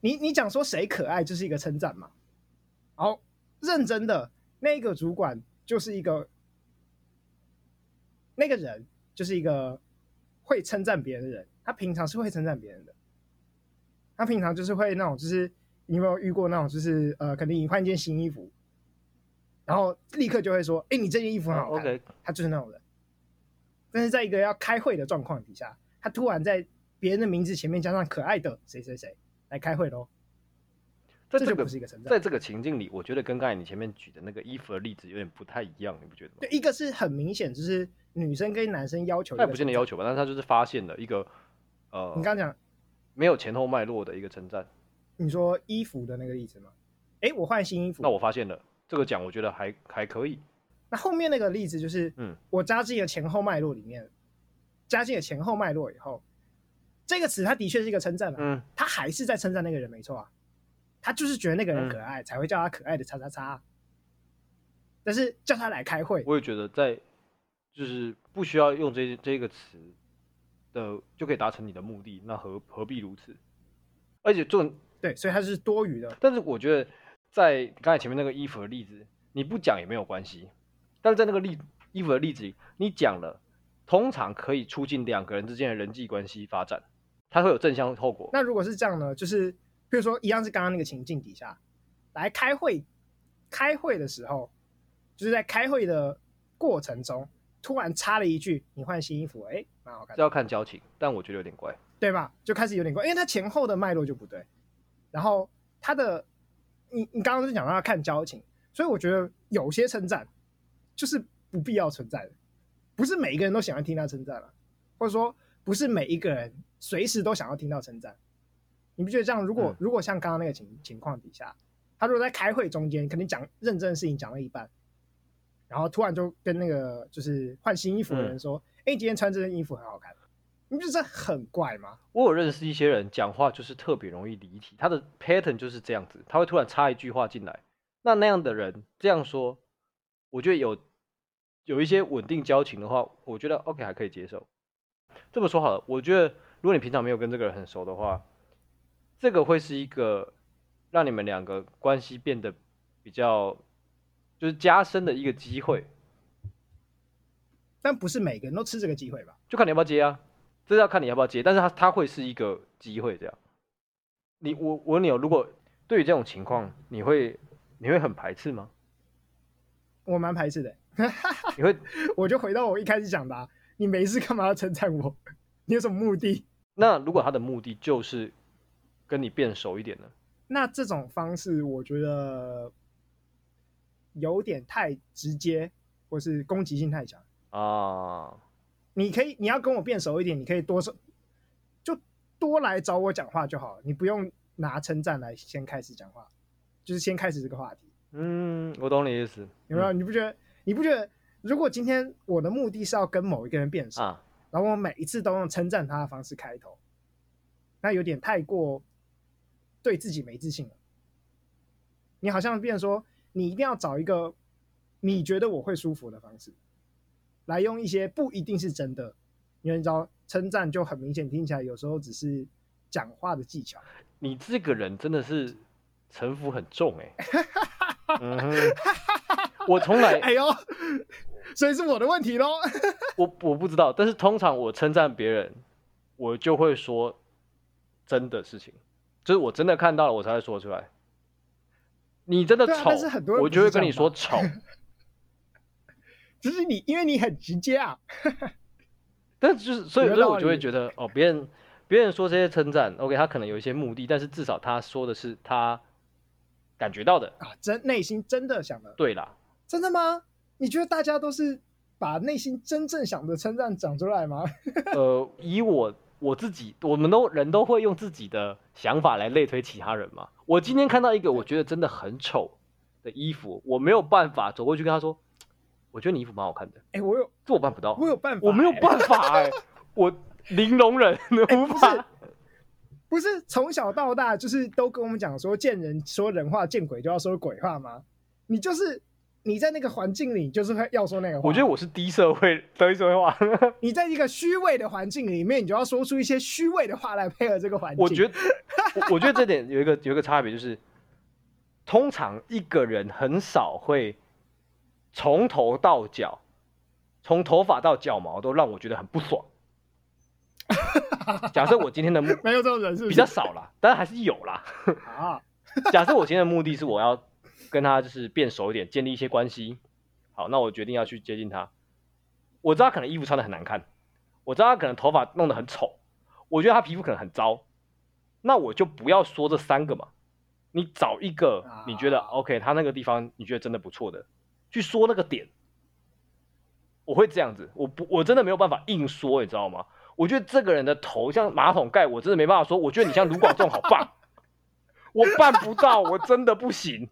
你你讲说谁可爱，就是一个称赞嘛。好，认真的那个主管就是一个，那个人就是一个会称赞别人的人，他平常是会称赞别人的，他平常就是会那种，就是你有没有遇过那种，就是呃，可能你换一件新衣服，然后立刻就会说，哎、你这件衣服很好看。啊 OK，他就是那种人。但是在一个要开会的状况底下，他突然在别人的名字前面加上可爱的谁谁谁来开会喽，在这这就个不是一个称赞。在这个情境里，我觉得跟刚才你前面举的那个衣服的例子有点不太一样，你不觉得吗对，？一个是很明显就是女生跟男生要求，他也不见得要。求吧，但是他就是发现了一个呃你刚刚讲没有前后脉络的一个称赞。你说衣服的那个例子吗？哎，我换新衣服。那那我发现了这个奖，我觉得还还可以。后面那个例子就是，嗯，我加进了前后脉络里面，加进了前后脉络以后，这个词它的确是一个称赞嘛，嗯，他还是在称赞那个人，没错啊，他就是觉得那个人可爱，才会叫他可爱的叉叉叉。但是叫他来开会，我也觉得在就是不需要用这这个词的就可以达成你的目的，那何何必如此？而且重对，所以他是多余的。但是我觉得在刚才前面那个衣服的例子，你不讲也没有关系。但是在那个例衣服的例子里，你讲了，通常可以促进两个人之间的人际关系发展，它会有正向后果。那如果是这样呢？就是比如说，一样是刚刚那个情境底下，来开会，开会的时候，就是在开会的过程中，突然插了一句“你换新衣服”，哎，蛮好看这的，要看交情，但我觉得有点怪。对吧？就开始有点怪，因为他前后的脉络就不对。然后他的，你你刚刚是讲到要看交情，所以我觉得有些称赞就是不必要存在的，不是每一个人都喜欢听他称赞了、啊或者说不是每一个人随时都想要听到称赞。你不觉得这样？如果、嗯如果像刚刚那个情情况底下，他如果在开会中间，可能讲认真的事情讲到一半，然后突然就跟那个就是换新衣服的人说：“哎、你今天穿这件衣服很好看。”你不觉得这很怪吗？我有认识一些人，讲话就是特别容易离题，他的 pattern 就是这样子，他会突然插一句话进来。那那样的人这样说，我觉得有有一些稳定交情的话，我觉得 OK 还可以接受。这么说好了，我觉得如果你平常没有跟这个人很熟的话，这个会是一个让你们两个关系变得比较就是加深的一个机会，但不是每个人都吃这个机会吧？就看你要不要接啊，这是要看你要不要接，但是它它会是一个机会这样。你我我问你哦，如果对于这种情况，你会你会很排斥吗？我蛮排斥的。你会我就回到我一开始讲的、啊，你没事干嘛要称赞我？你有什么目的？那如果他的目的就是跟你变熟一点呢？那这种方式，我觉得有点太直接，或是攻击性太强。啊，你可以，你要跟我变熟一点，你可以多说，就多来找我讲话就好了，你不用拿称赞来先开始讲话，就是先开始这个话题。嗯，我懂你的意思。有没有？你不觉得？你不觉得？如果今天我的目的是要跟某一个人变熟嗯、，啊？然后我每一次都用称赞他的方式开头，那有点太过对自己没自信了。你好像变成说，你一定要找一个你觉得我会舒服的方式，来用一些不一定是真的，因为你知道称赞就很明显听起来有时候只是讲话的技巧。你这个人真的是城府很重哎、嗯哼，我从来哎呦，所以是我的问题喽。我我不知道，但是通常我称赞别人，我就会说真的事情，就是我真的看到了，我才会说出来。你真的对啊丑，但是很多人我不就是会这跟你样说吧丑， 只是你，因为你很直接啊。但就是所以有所以道我就会理觉得哦，别人别人说这些称赞，OK，他可能有一些目的，但是至少他说的是他感觉到的，啊，真内心真的想的，对啦，真的吗？你觉得大家都是把内心真正想的称赞讲出来吗？呃，以我我自己，我们都人都会用自己的想法来类推其他人嘛。我今天看到一个我觉得真的很丑的衣服，我没有办法走过去跟他说，我觉得你衣服蛮好看的， 哎、我有，这我办不到，我有办法、我没有哎办法哎、 我零容忍，无不法。 是不是从小到大就是都跟我们讲说，见人说人话，见鬼就要说鬼话吗？你就是你在那个环境里，就是会要说那个话。我觉得我是低社会低社会化，你在一个虚伪的环境里面，你就要说出一些虚伪的话来配合这个环境。我觉得，我我觉得这点有一个有一个差别，就是通常一个人很少会从头到脚，从头发到脚毛都让我觉得很不爽。假设我今天的目没有这种人是不比是较少啦，当然还是有啦。啊，假设我今天的目的是我要跟他就是变熟一点，建立一些关系。好，那我决定要去接近他。我知道他可能衣服穿的很难看，我知道他可能头发弄得很丑，我觉得他皮肤可能很糟，那我就不要说这三个嘛。你找一个你觉得、啊 OK，他那个地方你觉得真的不错的，去说那个点。我会这样子，我不我真的没有办法硬说，你知道吗？我觉得这个人的头像马桶盖，我真的没办法说。我觉得你像卢广仲好棒， 我办不到，我真的不行。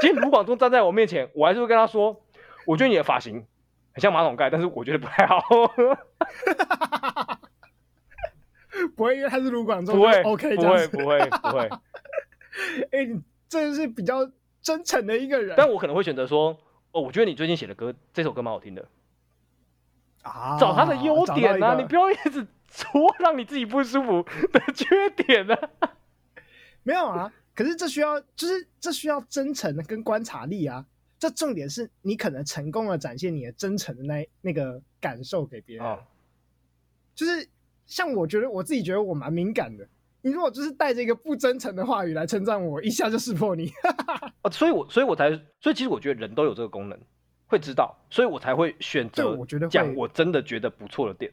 今天卢广仲站在我面前，我还是会跟他说，我觉得你的发型很像马桶盖，但是我觉得不太好。不会因为他是卢广仲不会就 OK 这不样会，子。不会，不 会。哎、你这就是比较真诚的一个人。但我可能会选择说，哦，我觉得你最近写的歌，这首歌蛮好听的，啊找他的优点啊，找到一个你不要一直说让你自己不舒服的缺点啊。没有啊？可是这需要，就是这需要真诚跟观察力啊。这重点是你可能成功的展现你的真诚的那那个感受给别人。哦，就是像我觉得我自己觉得我蛮敏感的，你如果就是带着一个不真诚的话语来称赞我，一下就识破你。 哦所以我所以我才，所以其实我觉得人都有这个功能，会知道，所以我才会选对择我觉得会讲我真的觉得不错的点，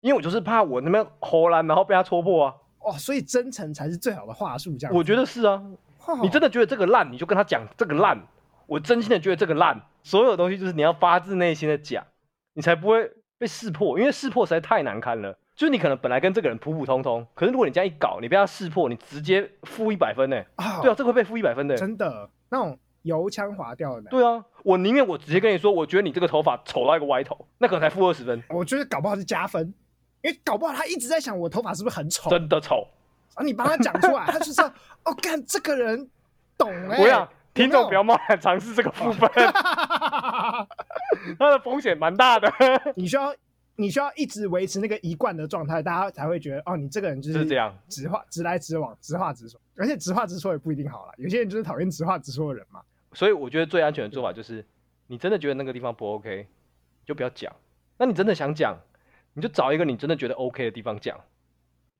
因为我就是怕我那边吼烂，然后被他戳破啊。哦，所以真诚才是最好的话术，这样我觉 得是啊，得你真的觉得这个烂，你就跟他讲这个烂。我真心的觉得这个烂，所有东西就是你要发自内心的讲，你才不会被识破，因为识破实在太难堪了。就是你可能本来跟这个人普普通通，可是如果你这样一搞，你被他识破，你直接负一百分呢、啊，对啊，这个会被负一百分的、真的那种油腔滑调的男，对啊，我宁愿我直接跟你说，我觉得你这个头发丑到一个歪头，那可能才负二十分，我觉得搞不好是加分，因为搞不好他一直在想我头发是不是很丑，真的丑。啊，你帮他讲 出来，他就知道哦，干这个人懂哎、我 想听众有不没有要贸然尝试这个部 分，它的风险蛮大 的，你需要你需要一直维持那个一贯的状态，大家才会觉得哦，你这个人就就是是这样。直话直来直往，直话直说，而且直话直说也不一定好啦，有些人就是讨厌直话直说的人嘛。所以我觉得最安全的嗯做法就是，你真的觉得那个地方不 OK，你就不要讲。那你真的想讲，你就找一个你真的觉得 OK 的地方讲。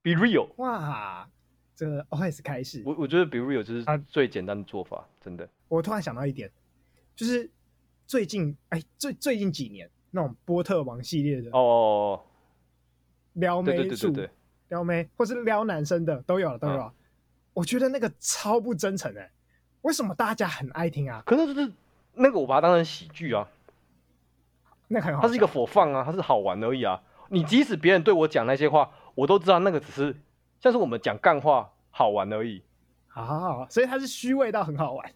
Be real，哇，这个 OS 开始，我我觉得 be real 就是啊最简单的做法，真的。我突然想到一点，就是最近哎，最最近几年那种波特王系列的哦，撩对对妹对术对、对，撩妹或是撩男生的都有了，都有了。嗯我觉得那个超不真诚哎、为什么大家很爱听啊？可是就是那个我把它当成喜剧啊，那个很好笑，它是一个火放啊，它是好玩而已啊。你即使别人对我讲那些话，我都知道那个只是像是我们讲干话好玩而已。啊，所以它是虚伪到很好玩。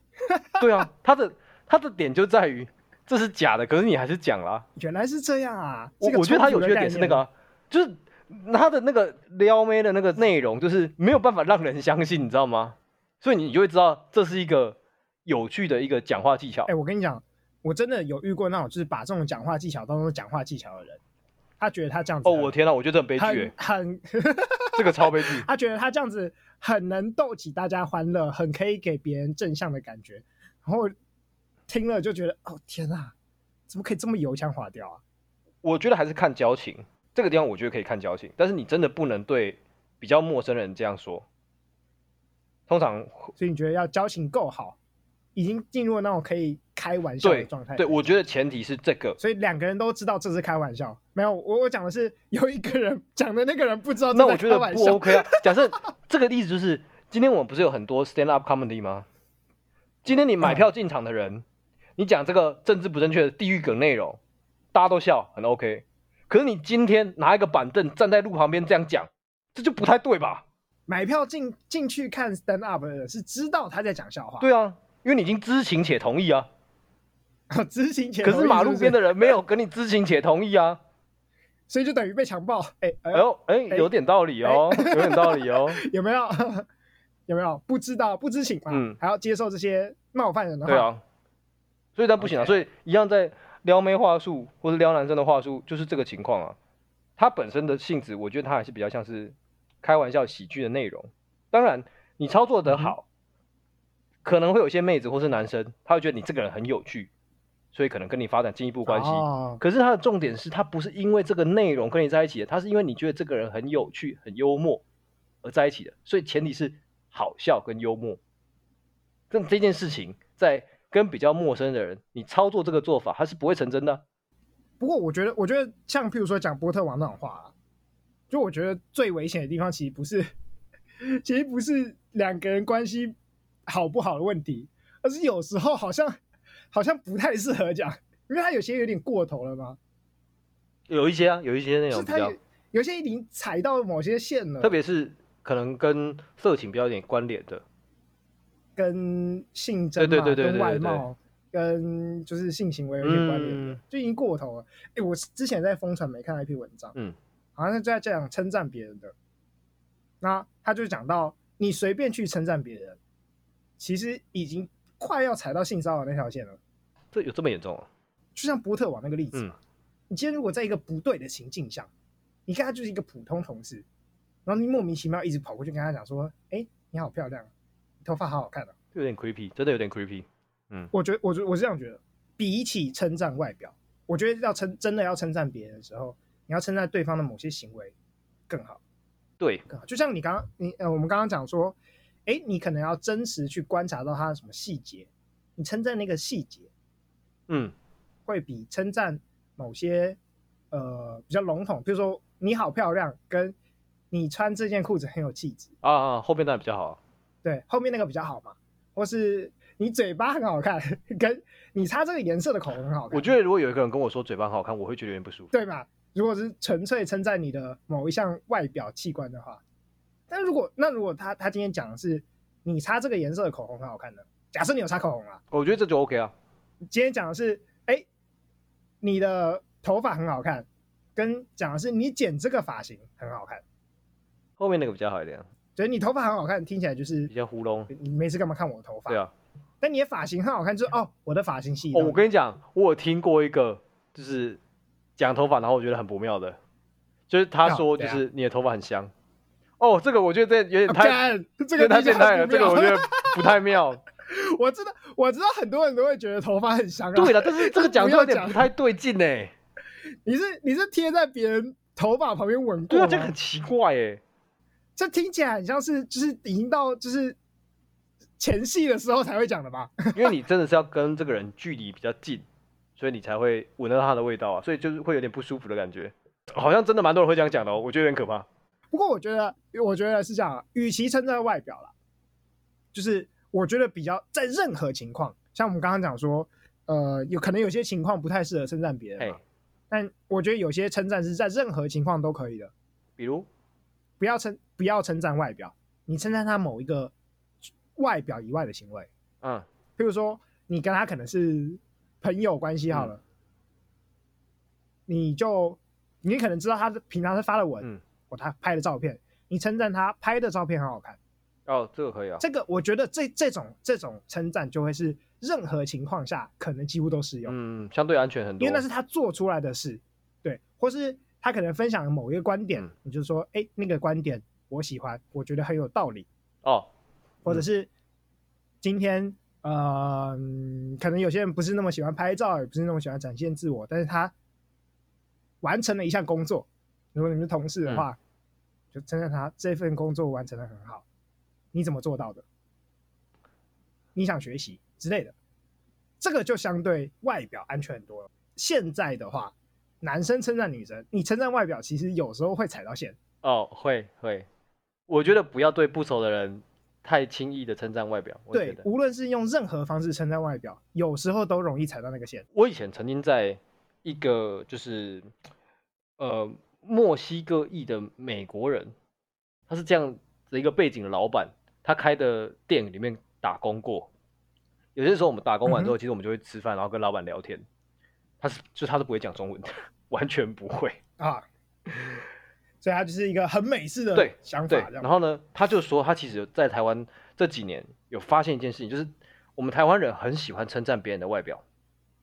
对啊，它的它的点就在于这是假的，可是你还是讲啦、原来是这样啊！我这个我觉得他冲有突趣的的点是那概念个啊、就是他的那个撩妹的那个内容，就是没有办法让人相信，你知道吗？所以你就会知道这是一个有趣的一个讲话技巧哎哎、。我跟你讲，我真的有遇过那种就是把这种讲话技巧当做讲话技巧的人，他觉得他这样子哦，很，我天哪，我觉得这很悲剧很欸，很，。这个超悲剧他觉得他这样子很能逗起大家欢乐，很可以给别人正向的感觉。然后听了就觉得，哦天啊，怎么可以这么油腔滑调啊？我觉得还是看交情，这个地方我觉得可以看交情，但是你真的不能对比较陌生人这样说。通常所以你觉得要交情够好，已经进入了那种可以开玩笑的对状态。对，我觉得前提是这个，所以两个人都知道这是开玩笑，没有我我讲的是有一个人讲哦的那个人不知道那这我在觉开得玩不笑， OK 啊。假设这个例子就是，今天我们不是有很多 stand up comedy 吗？今天你嗯买票进场的人，你讲这个政治不正确的地域梗内容，大家都笑，很 OK。可是你今天拿一个板凳站在路旁边这样讲，这就不太对吧？买票进进去看 stand up 的人是知道他在讲笑话，对啊，因为你已经知情且同意啊。 对，知情且可是同意马不路边的人没有跟你知情且同意啊。所以就等于被强暴。哎、哎哎呦，哎，有点道理哦，有点道理哦。有没有 有没有不知道不知情嘛？嗯还要接受这些冒犯人的话，对啊，所以但不行啊 OK 所以一样在撩妹话术或者撩男生的话术，就是这个情况啊。它本身的性质，我觉得它还是比较像是开玩笑喜剧的内容。当然，你操作嗯得好，可能会有些妹子或是男生，他会觉得你这个人很有趣，所以可能跟你发展进一步关系。哦可是他的重点是他不是因为这个内容跟你在一起的，他是因为你觉得这个人很有趣、很幽默而在一起的。所以前提是好笑跟幽默。但这件事情在跟比较陌生的人，你操作这个做法，他是不会成真的啊。不过我觉得，我觉得像譬如说讲波特王那种话、啊，就我觉得最危险的地方其实不是，其实不是两个人关系好不好的问题，而是有时候好像好像不太适合讲，因为他有些有点过头了嘛，有一些啊，有一些内就容是比他较有，呃有些已经踩到某些线了，特别是可能跟色情比较有点关联的，跟性征嘛、对对对对跟对外对对貌、跟就是性行为有点关联，嗯，就已经过头了。哎、我之前在风传媒看到一篇文章，嗯，好像是在讲称赞别人的，那他就讲到你随便去称赞别人，其实已经快要踩到性骚扰那条线了。这有这么严重啊？就像波特网那个例子嗯嘛，你今天如果在一个不对的情境下，你跟他就是一个普通同事，然后你莫名其妙一直跑过去跟他讲说：“哎、你好漂亮，你头发好好看啊。”有点 creepy，真的有点 creepy。嗯我觉得，我觉我是这样觉得，比起称赞外表，我觉得要称真的要称赞别人的时候，你要称赞对方的某些行为更好，对，更好。就像你刚刚你呃，我们刚刚讲说，哎，你可能要真实去观察到他的什么细节，你称赞那个细节，嗯，会比称赞某些呃比较笼统，比如说你好漂亮，跟你穿这件裤子很有气质，啊啊，后面当然比较好啊。对，后面那个比较好嘛，或是你嘴巴很好看， 跟你擦这个颜色的口红很好看，我觉得如果有一个人跟我说嘴巴很好看，我会觉得有点不舒服。对嘛？如果是纯粹称赞你的某一项外表器官的话，但如果那如果他他今天讲的是你擦这个颜色的口红很好看的，假设你有擦口红啊，我觉得这就 OK 啊。今天讲的是哎、你的头发很好看，跟讲的是你剪这个发型很好看，后面那个比较好一点啊，就是你头发很好看，听起来就是比较糊弄。你没事干嘛看我的头发？对啊，但你的发型很好看，就是哦我的发型系哦，统。我跟你讲，我有听过一个，就是讲头发，然后我觉得很不妙的，就是他说，啊对就啊是你的头发很香。哦，这个我觉得这有点太，干这有点个太听变起来态了，很不这个我妙觉得不太妙。 我知道，我知道很多人都会觉得头发很香、啊。对了，但是这个讲出来有点不要讲不太对劲 哎。你是你是贴在别人头发旁边闻过对啊，吗？这个很奇怪哎。这听起来很像是就是已经到就是前戏的时候才会讲的吧？ 因为你真的是要跟这个人距离比较近，所以你才会闻到他的味道啊，所以就是会有点不舒服的感觉。好像真的蛮多人会这样讲的哦，我觉得有点可怕。不过我觉得我觉得是这样啊，与其称赞外表啦，就是我觉得比较在任何情况，像我们刚刚讲说，呃，有可能有些情况不太适合称赞别人哎、嘛，但我觉得有些称赞是在任何情况都可以的，比如不要称不要称赞外表，你称赞他某一个外表以外的行为。嗯，譬如说你跟他可能是朋友关系好了，你就你可能知道他的平常是发的文，嗯或他拍的照片，你称赞他拍的照片很好看，哦，这个可以啊。这个我觉得这这种这种称赞就会是任何情况下可能几乎都适用，嗯嗯，相对安全很多。因为那是他做出来的事，对，或是他可能分享某一个观点，嗯你就说，哎，那个观点我喜欢，我觉得很有道理，哦，或者是今天呃，嗯可能有些人不是那么喜欢拍照，也不是那么喜欢展现自我，但是他完成了一项工作。如果你们是同事的嗯话，就称赞他这份工作完成的很好，你怎么做到的？你想学习之类的，这个就相对外表安全很多了。现在的话，男生称赞女生，你称赞外表，其实有时候会踩到线。哦，会会，我觉得不要对不熟的人太轻易的称赞外表。我觉对，得无论是用任何方式称赞外表，有时候都容易踩到那个线。我以前曾经在一个就是呃墨西哥裔的美国人，他是这样的一个背景的老板，他开的店里面打工过。有些时候我们打工完之嗯后，其实我们就会吃饭，然后跟老板聊天。他是就他是不会讲中文的， 完全不会。啊，所以他就是一个很美式的对想对法，，这然样后呢，他就说他其实有在台湾这几年有发现一件事情，就是我们台湾人很喜欢称赞别人的外表，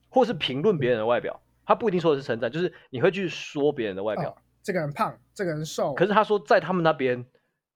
或是评论别人的外表。他不一定说的是称赞，就是你会去说别人的外表。哦这个人胖，这个人瘦，可是他说，在他们那边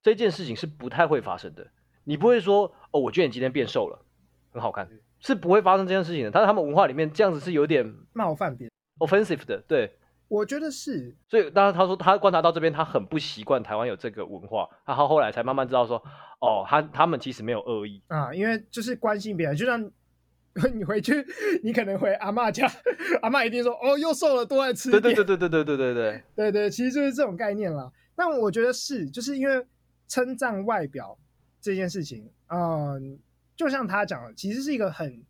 这件事情是不太会发生的。你不会说哦，我觉得你今天变瘦了，很好嗯看，是不会发生这件事情的。但是他们文化里面这样子是有点冒犯别人， offensive 的，对。我觉得是所以，当然他说他观察到这边，他很不习惯台湾有这个文化，他后后来才慢慢知道说，哦，他他们其实没有恶意，啊，因为就是关心别人，就像 你回去，你可能回阿嬷家， 阿嬷一定说哦，又瘦了，多来吃一对点，对对对对对对对对，对对，其实就是这种概念啦。但我觉得是，就是因为称赞外表这件事情，嗯，就像他讲的，其实是一个很，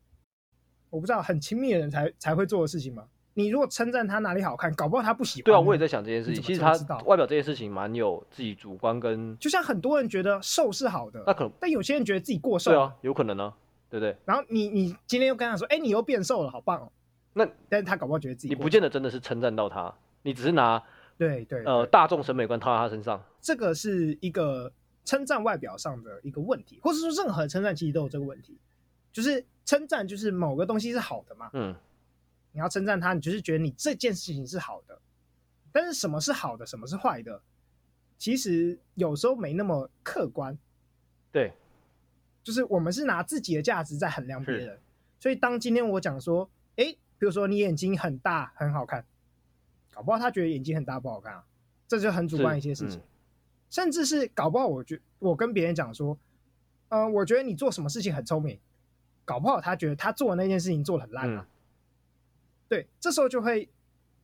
我不知道很亲密的人才才会做的事情嘛。你如果称赞他哪里好看，搞不好他不喜欢。对啊，我也在想这件事你情。怎么其实这么他知道外表这件事情蛮有自己主观跟，就像很多人觉得瘦是好的，那可能但有些人觉得自己过瘦，呃对啊，有可能呢、对不对？然后你你今天又跟他说，哎、你又变瘦了，好棒哦。那但是他搞不好觉得自己你过不见得真的是称赞到他，你只是拿对对呃呃，大众审美观套在他身上。这个是一个称赞外表上的一个问题，或者说任何称赞其实都有这个问题，就是称赞就是某个东西是好的嘛，嗯，你要称赞他，你就是觉得你这件事情是好的，但是什么是好的，什么是坏的，其实有时候没那么客观，对，就是我们是拿自己的价值在衡量别是人，所以当今天我讲说，诶，比如说你眼睛很大很好看，搞不好他觉得眼睛很大不好看啊，这就很主观一些事情，嗯甚至是搞不好我觉我跟别人讲说，嗯、我觉得你做什么事情很聪明，搞不好他觉得他做的那件事情做的很烂啊，嗯，对，这时候就会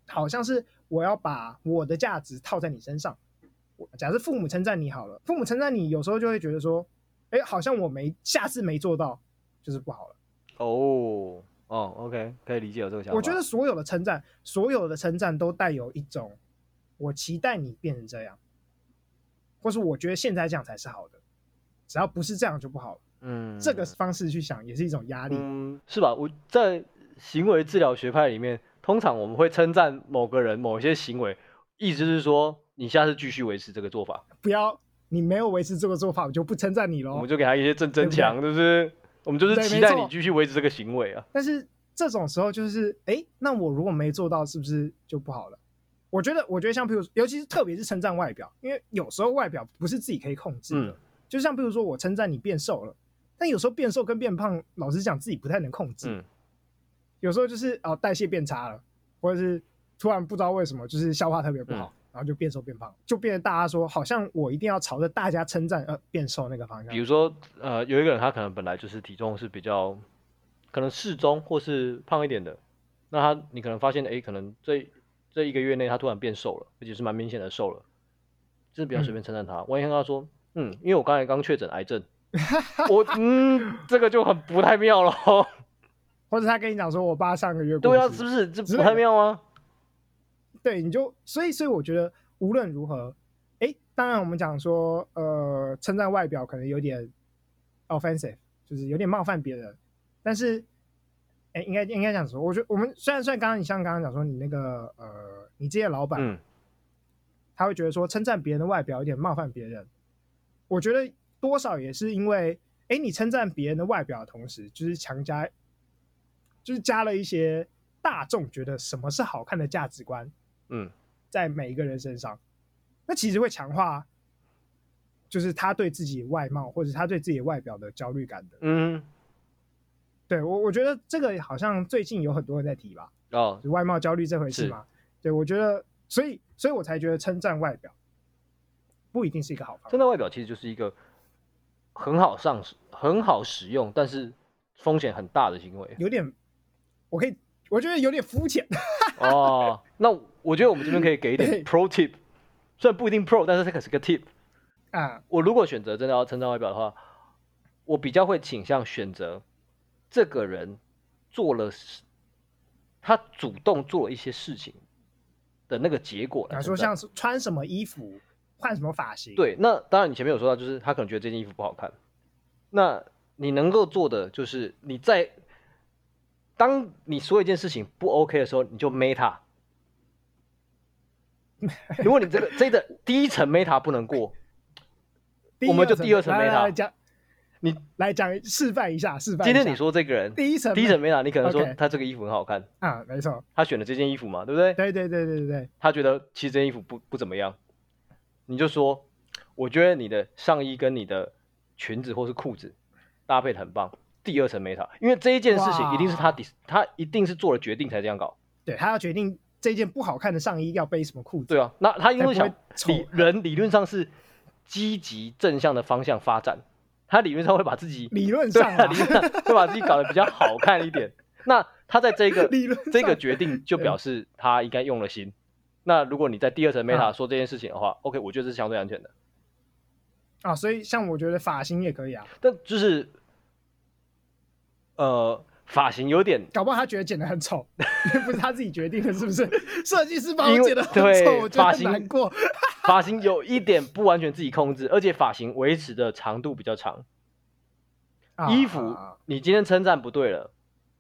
好像是我要把我的价值套在你身上。我假设父母称赞你好了，父母称赞你，有时候就会觉得说，哎，好像我没下次没做到，就是不好了。哦哦，OK，可以理解有这个想法。我觉得所有的称赞，所有的称赞都带有一种我期待你变成这样，或是我觉得现在这样才是好的，只要不是这样就不好了。嗯，这个方式去想也是一种压力。嗯，是吧？我在行为治疗学派里面，通常我们会称赞某个人某些行为，意思是说你下次继续维持这个做法，不要你没有维持这个做法，我就不称赞你喽。我们就给他一些正增哦对不对强，对不对？我们就是对期没待错你继续维持这个行为啊。但是这种时候就是，哎，那我如果没做到，是不是就不好了？我觉得，我觉得像譬如，尤其是特别是称赞外表，因为有时候外表不是自己可以控制的。嗯就像譬如说我称赞你变瘦了，但有时候变瘦跟变胖，老实讲自己不太能控制。嗯有时候就是哦、代谢变差了，或者是突然不知道为什么就是消化特别不好，嗯然后就变瘦变胖，就变得大家说好像我一定要朝着大家称赞呃变瘦那个方向比。如说，呃，有一个人他可能本来就是体重是比较可能适中或是胖一点的，那他你可能发现，哎，可能这这一个月内他突然变瘦了，而且是蛮明显的瘦了，真的不要随便称赞他。万一跟他说，嗯，因为我刚才刚确诊癌 症，我嗯，这个就很不太妙了。 或者他跟你讲说我爸上个月过对啊，世是不是这之不太类的妙啊？对，你就所以所以我觉得无论如何，哎，当然我们讲说，呃，称赞外表可能有点 offensive，就是有点冒犯别人，但是，哎，应该应该讲说，我觉得我们虽然虽然刚刚你像刚刚讲说你那个呃，你这些老板、嗯，他会觉得说称赞别人的外表有点冒犯别人，我觉得多少也是因为，哎，你称赞别人的外表的同时，就是强加，就是加了一些大众觉得什么是好看的价值观。嗯，在每一个人身上，那其实会强化，就是他对自己外貌或者他对自己外表的焦虑感的。嗯，对我，我觉得这个好像最近有很多人在提吧，哦就，外貌焦虑这回事是嘛。对我觉得，所以所以我才觉得称赞外表不一定是一个好方法。真的外表其实就是一个很好上手、很好使用，但是风险很大的行为。有点，我可以，我觉得有点肤浅。哦，那我觉得我们这边可以给一点对 pro tip，虽然不一定 pro，但是这个是个 tip。啊，我如果选择真的要称赞外表的话，我比较会倾向选择这个人做了事，他主动做了一些事情的那个结果比来方称说赞。像是穿什么衣服、换什么发型，，对，那当然你前面有说到，就是他可能觉得这件衣服不好看，那你能够做的就是你在当你说一件事情不 OK 的时候，你就 meta。如果你这个这个第一层 meta 不能 过，我们就第二层来没啦来来讲，你来讲示范一下，示范一今下。天你说这个人第一层，第一层 meta，你可能说 OK 他这个衣服很好看，啊，没错，他选的这件衣服嘛，对不对？对对对对对对，他觉得其实这件衣服不不怎么样，你就说，我觉得你的上衣跟你的裙子或是裤子搭配的很棒。第二层 meta，因为这一件事情哇一定是他 dis- 他一定是做了决定才这样搞，对他要决定这件不好看的上衣要背什么裤子，对啊，那他因为才想不会丑理人理论上是积极正向的方向发展，他理论上会把自己理 论对上啊，啊理，论上会把自己搞得比较好看一点。那他在这个理论上这个决 定就表示他应该用了心。那如果你在第嗯二层 meta 说这件事情的话、o k 我觉得这是相对安全的。啊，所以像我觉得发型也可以啊，但就是，呃，发型有点搞不好他觉得剪得很丑，不是他自己决定的，是不是？设计师把因我为剪得很对丑，我觉发得很型难过。发型有一点不完全自己控制，而且发型维持的长度比较长。啊衣服你今天称赞不对了，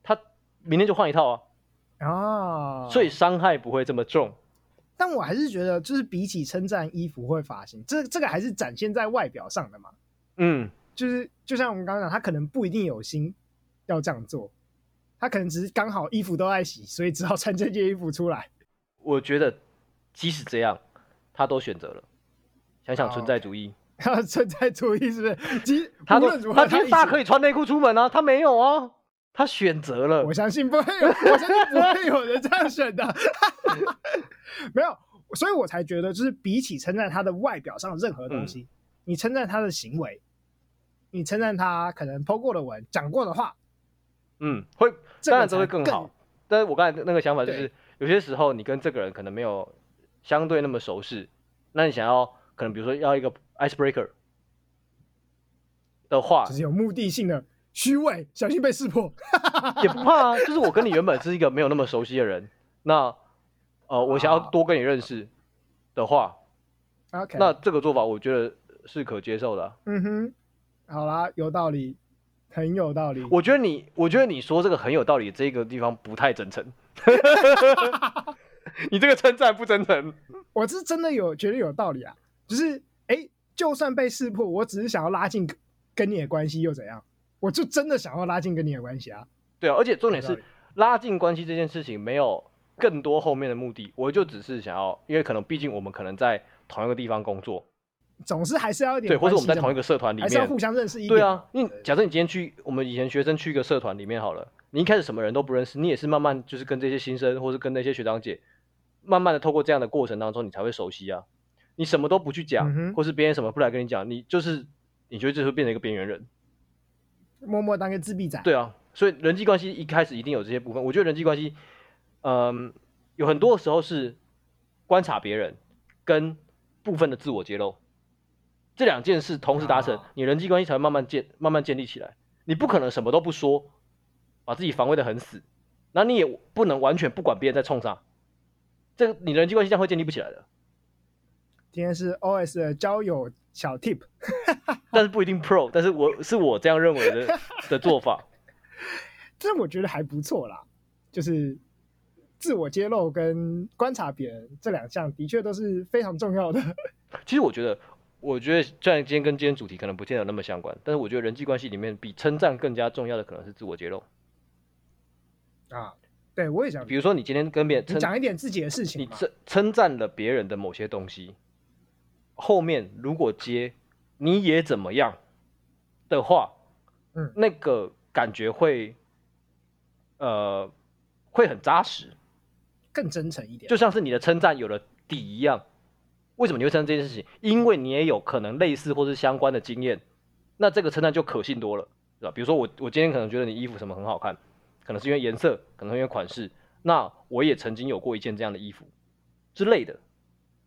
他明天就换一套啊，啊，所以伤害不会这么重。但我还是觉得，就是比起称赞衣服或发型，这这个还是展现在外表上的嘛。嗯，就是就像我们刚刚讲，他可能不一定有心要这样做，他可能只是刚好衣服都在洗，所以只好穿这件衣服出来。我觉得即使这样，他都选择了。想想啊存在主义， 然后存在主义是不是？其实他无都论如他何，今天大可以。以穿内裤出门啊，他没有啊，他选择了我。相信不会有，我相信不会有人这样选的。 没有，所以我才觉得，就是比起称赞他的外表上的任何嗯东西，你称赞他的行为，你称赞他可能 PO 过的文、讲过的话，嗯，会这个当然这会才更更好。但是我刚才那个想法就是对，有些时候你跟这个人可能没有相对那么熟识，那你想要可能比如说要一个 icebreaker 的话就，是有目的性的虚伪，小心被识破。也不怕啊。 就是我跟你原本是一个没有那么熟悉的人，那呃，我想要啊多跟你认识的话， OK，那这个做法我觉得是可接受的啊。嗯哼，好啦，有道理，很有道理。我觉得你，我觉得你说这个很有道理，这个地方不太 真诚。你这个称赞不真诚。我是真的有觉得有道理啊，就是哎、诶就算被识破，我只是想要拉近跟你的关系又怎样？我就真的想要拉近跟你的关系啊。对啊，而且重点有道是理拉近关系这件事情没有更多后面的目的，我就只是想要，因为可能毕竟我们可能在同一个地方工作，总是还是要有点对，或者我们在关系的嘛同一个社团里还是要面互，相认识一点。对啊，因为假设你今天去我们以前学生去一个社团里面好了，你一开始什么人都不认识，你也是慢慢就是跟这些新生或是跟那些学长姐，慢慢的透过这样的过程当中，你才会熟悉啊。你什么都不去讲，嗯哼或是别人什么不来跟你讲，你就是你觉得这会变成一个边缘人。默默当个自闭仔。对啊，所以人际关系一开始一定有这些部分。我觉得人际关系，嗯，有很多时候是观察别人跟部分的自我揭露这两件事同时达成，啊你人际关系才会慢慢建慢慢建立起来。你不可能什么都不说，把自己防卫的很死，那你也不能完全不管别人在冲啥，这个你人际关系这样会建立不起来的。今天是 OS 的交友小 tip。但是不一定 pro，但是我是我这样认为的的做法。这我觉得还不错啦，就是自我揭露跟观察别人这两项的确都是非常重要的。 其实我觉得，我觉得虽然今天跟今天主题可能不见得那么相关，但是我觉得人际关系里面比称赞更加重要的可能是自我揭露。啊，对我也想比，如说你今天跟别人你称讲一点自己的事情你嘛。称称赞了别人的某些东西，后面如果接你也怎么样的话，嗯那个感觉会，呃，会很扎实，更真诚一点，就像是你的称赞有了底一样。为什么你会称赞这件事情？因为你也有可能类似或是相关的经验，那这个称赞就可信多了，对吧？比如说我我今天可能觉得你衣服什么很好看，可能是因为颜色，可能是因为款式，那我也曾经有过一件这样的衣服之类的，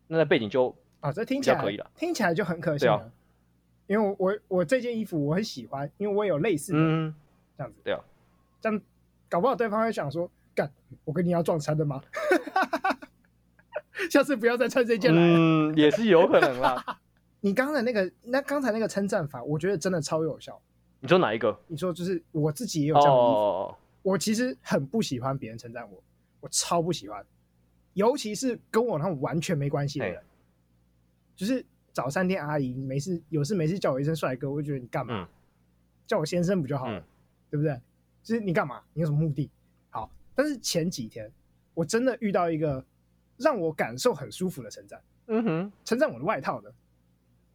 那那背景就啊，这听比起较来可以了听起来就很可信对了。啊因为我我我这件衣服我很喜欢，因为我有类似的、嗯，这样子。对啊，这样搞不好对方会想说：“干，我跟你要撞衫 的吗？”下次不要再穿这件来了。嗯，也是有可能 啦。你刚才那个，那刚才那个称赞法，我觉得真的超有效。你说哪一个？你说就是我自己也有哦这哦样的衣服，哦，哦我其实很不喜欢别人称赞我，我超不喜欢，尤其是跟我那种完全没关系的人，就是早餐店阿姨没事有事没事叫我一声帅哥，我就觉得你干嘛？嗯叫我先生不就好了，嗯对不对？就是你干嘛？你有什么目的？好，但是前几天我真的遇到一个让我感受很舒服的称赞，嗯哼，称赞我的外套的，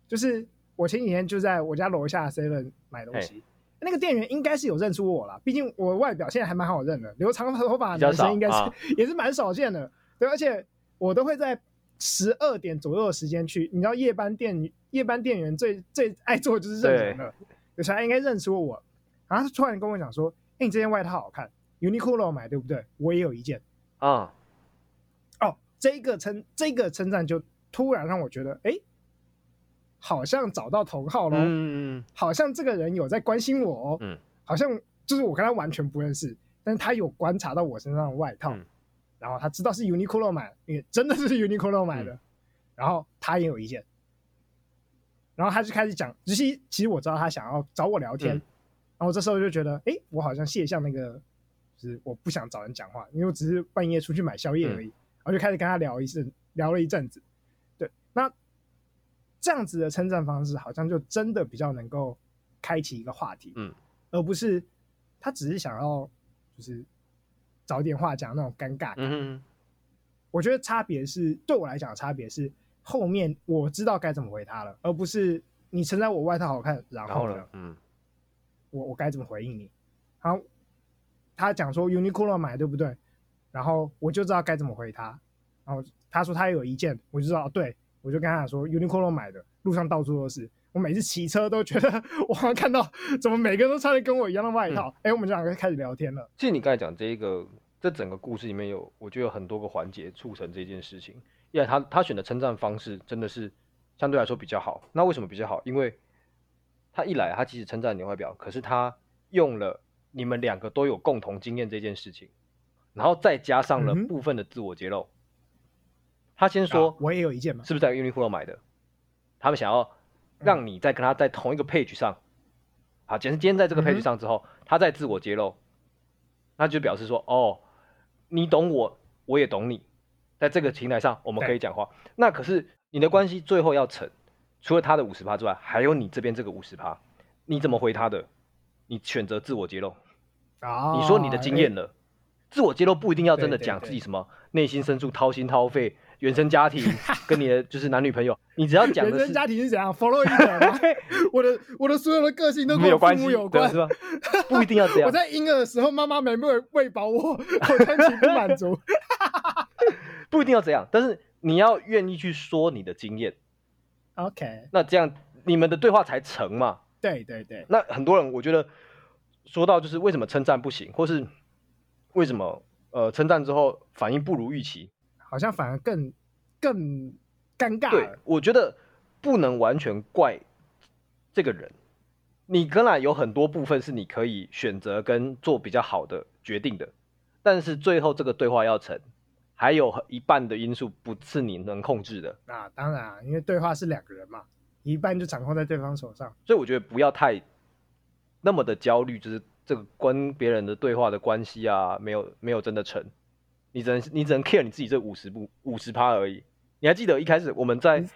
就是我前几天就在我家楼下 Seven 买东西，那个店员应该是有认出我啦，毕竟我外表现在还蛮好认的，留长头发比的较男生少应该是、啊 也是蛮少见的，对，而且我都会在十二点左右的时间去，你知道夜班店夜班店员最最爱做的就是认人了，有时候他应该认出我，然后他突然跟我讲说，哎、你这件外套好看，Uniqlo 买对不对？我也有一件。啊，哦，这一个称这个称赞就突然让我觉得，哎，好像找到同好喽，嗯，好像这个人有在关心我、哦，嗯，好像就是我跟他完全不认识，但是他有观察到我身上的外套，嗯然后他知道是 Uniqlo 买，也真的是 Uniqlo 买的，然后他也有一件，然后他就开始讲，其实其实我知道他想要找我聊嗯天，然后我这时候就觉得，哎，我好像卸下那个，就是我不想找人讲话，因为我只是半夜出去买宵嗯夜而已，然后就开始跟他聊一阵，聊了一阵子，对，那这样子的称赞方式好像就真的比较能够开启一个话题，嗯，而不是他只是想要就是找点话讲那种尴尬感，嗯哼，我觉得差别是对我来讲，差别是后面我知道该怎么回他了，而不是你称赞我外套好看，然然后后呢呢？，嗯，我我该怎么回应你？然后他讲说 Uniqlo 买对不对？然后我就知道该怎么回他。然后他说他有一件，我就知道，哦对我就跟他讲说 Uniqlo 买的，路上到处都是。我每次骑车都觉得我好像看到怎么每个人都穿的跟我一样的外嗯套。哎、我们两个开始聊天了。其实你刚才讲这一个，这整个故事里面有，我觉得有很多个环节促成这件事情。因为他他选的称赞方式真的是相对来说比较好。那为什么比较好？因为他一来，他即使称赞你的外表，可是他用了你们两个都有共同经验这件事情，然后再加上了嗯哼部分的自我揭露。他先啊说我也有一件嘛，是不是在 Uniqlo 买的？他们想要让你在跟他在同一个 page 上，好，简直今天在这个嗯哼 page 上之后，他再自我揭露，那就表示说，哦，你懂我，我也懂你，在这个平台上我们可以讲话。那可是你的关系最后要成，除了他的五十趴之外，还有你这边这个五十趴，你怎么回他的？你选择自我揭露，啊、你说你的经验哎了，自我揭露不一定要真的对对讲对自己什么内心深处掏心掏肺、原生家 庭跟你的就是男女朋友，你只要讲原的生是家庭是怎样？弗洛伊德吗？ 我的我的所有的个性都没跟有我关父系，母有对啊关。是吧？不一定要这样我，在婴儿的时候，妈妈没喂喂饱我，我感情不满足。 不一定要这样，但是你要愿意去说你的经验， OK，那这样你们的对话才成嘛。对对对，那很多人我觉得说到就是为什么称赞不行，或是为什么呃称赞之后反应不如预期，好像反而更更尴尬对了。，我觉得不能完全怪这个人。你跟来有很多部分是你可以选择跟做比较好的决定的，但是最后这个对话要成，还有很一半的因素不是你能控制的，啊，当然、啊，因为对话是两个人嘛，一半就掌控在对方手上。所以我觉得不要太那么的焦虑，就是这个跟别人的对话的关系啊，没有没有真的成，你只能你只能 care 你自己这五十步五十趴而已。你还记得一开始我们在嗯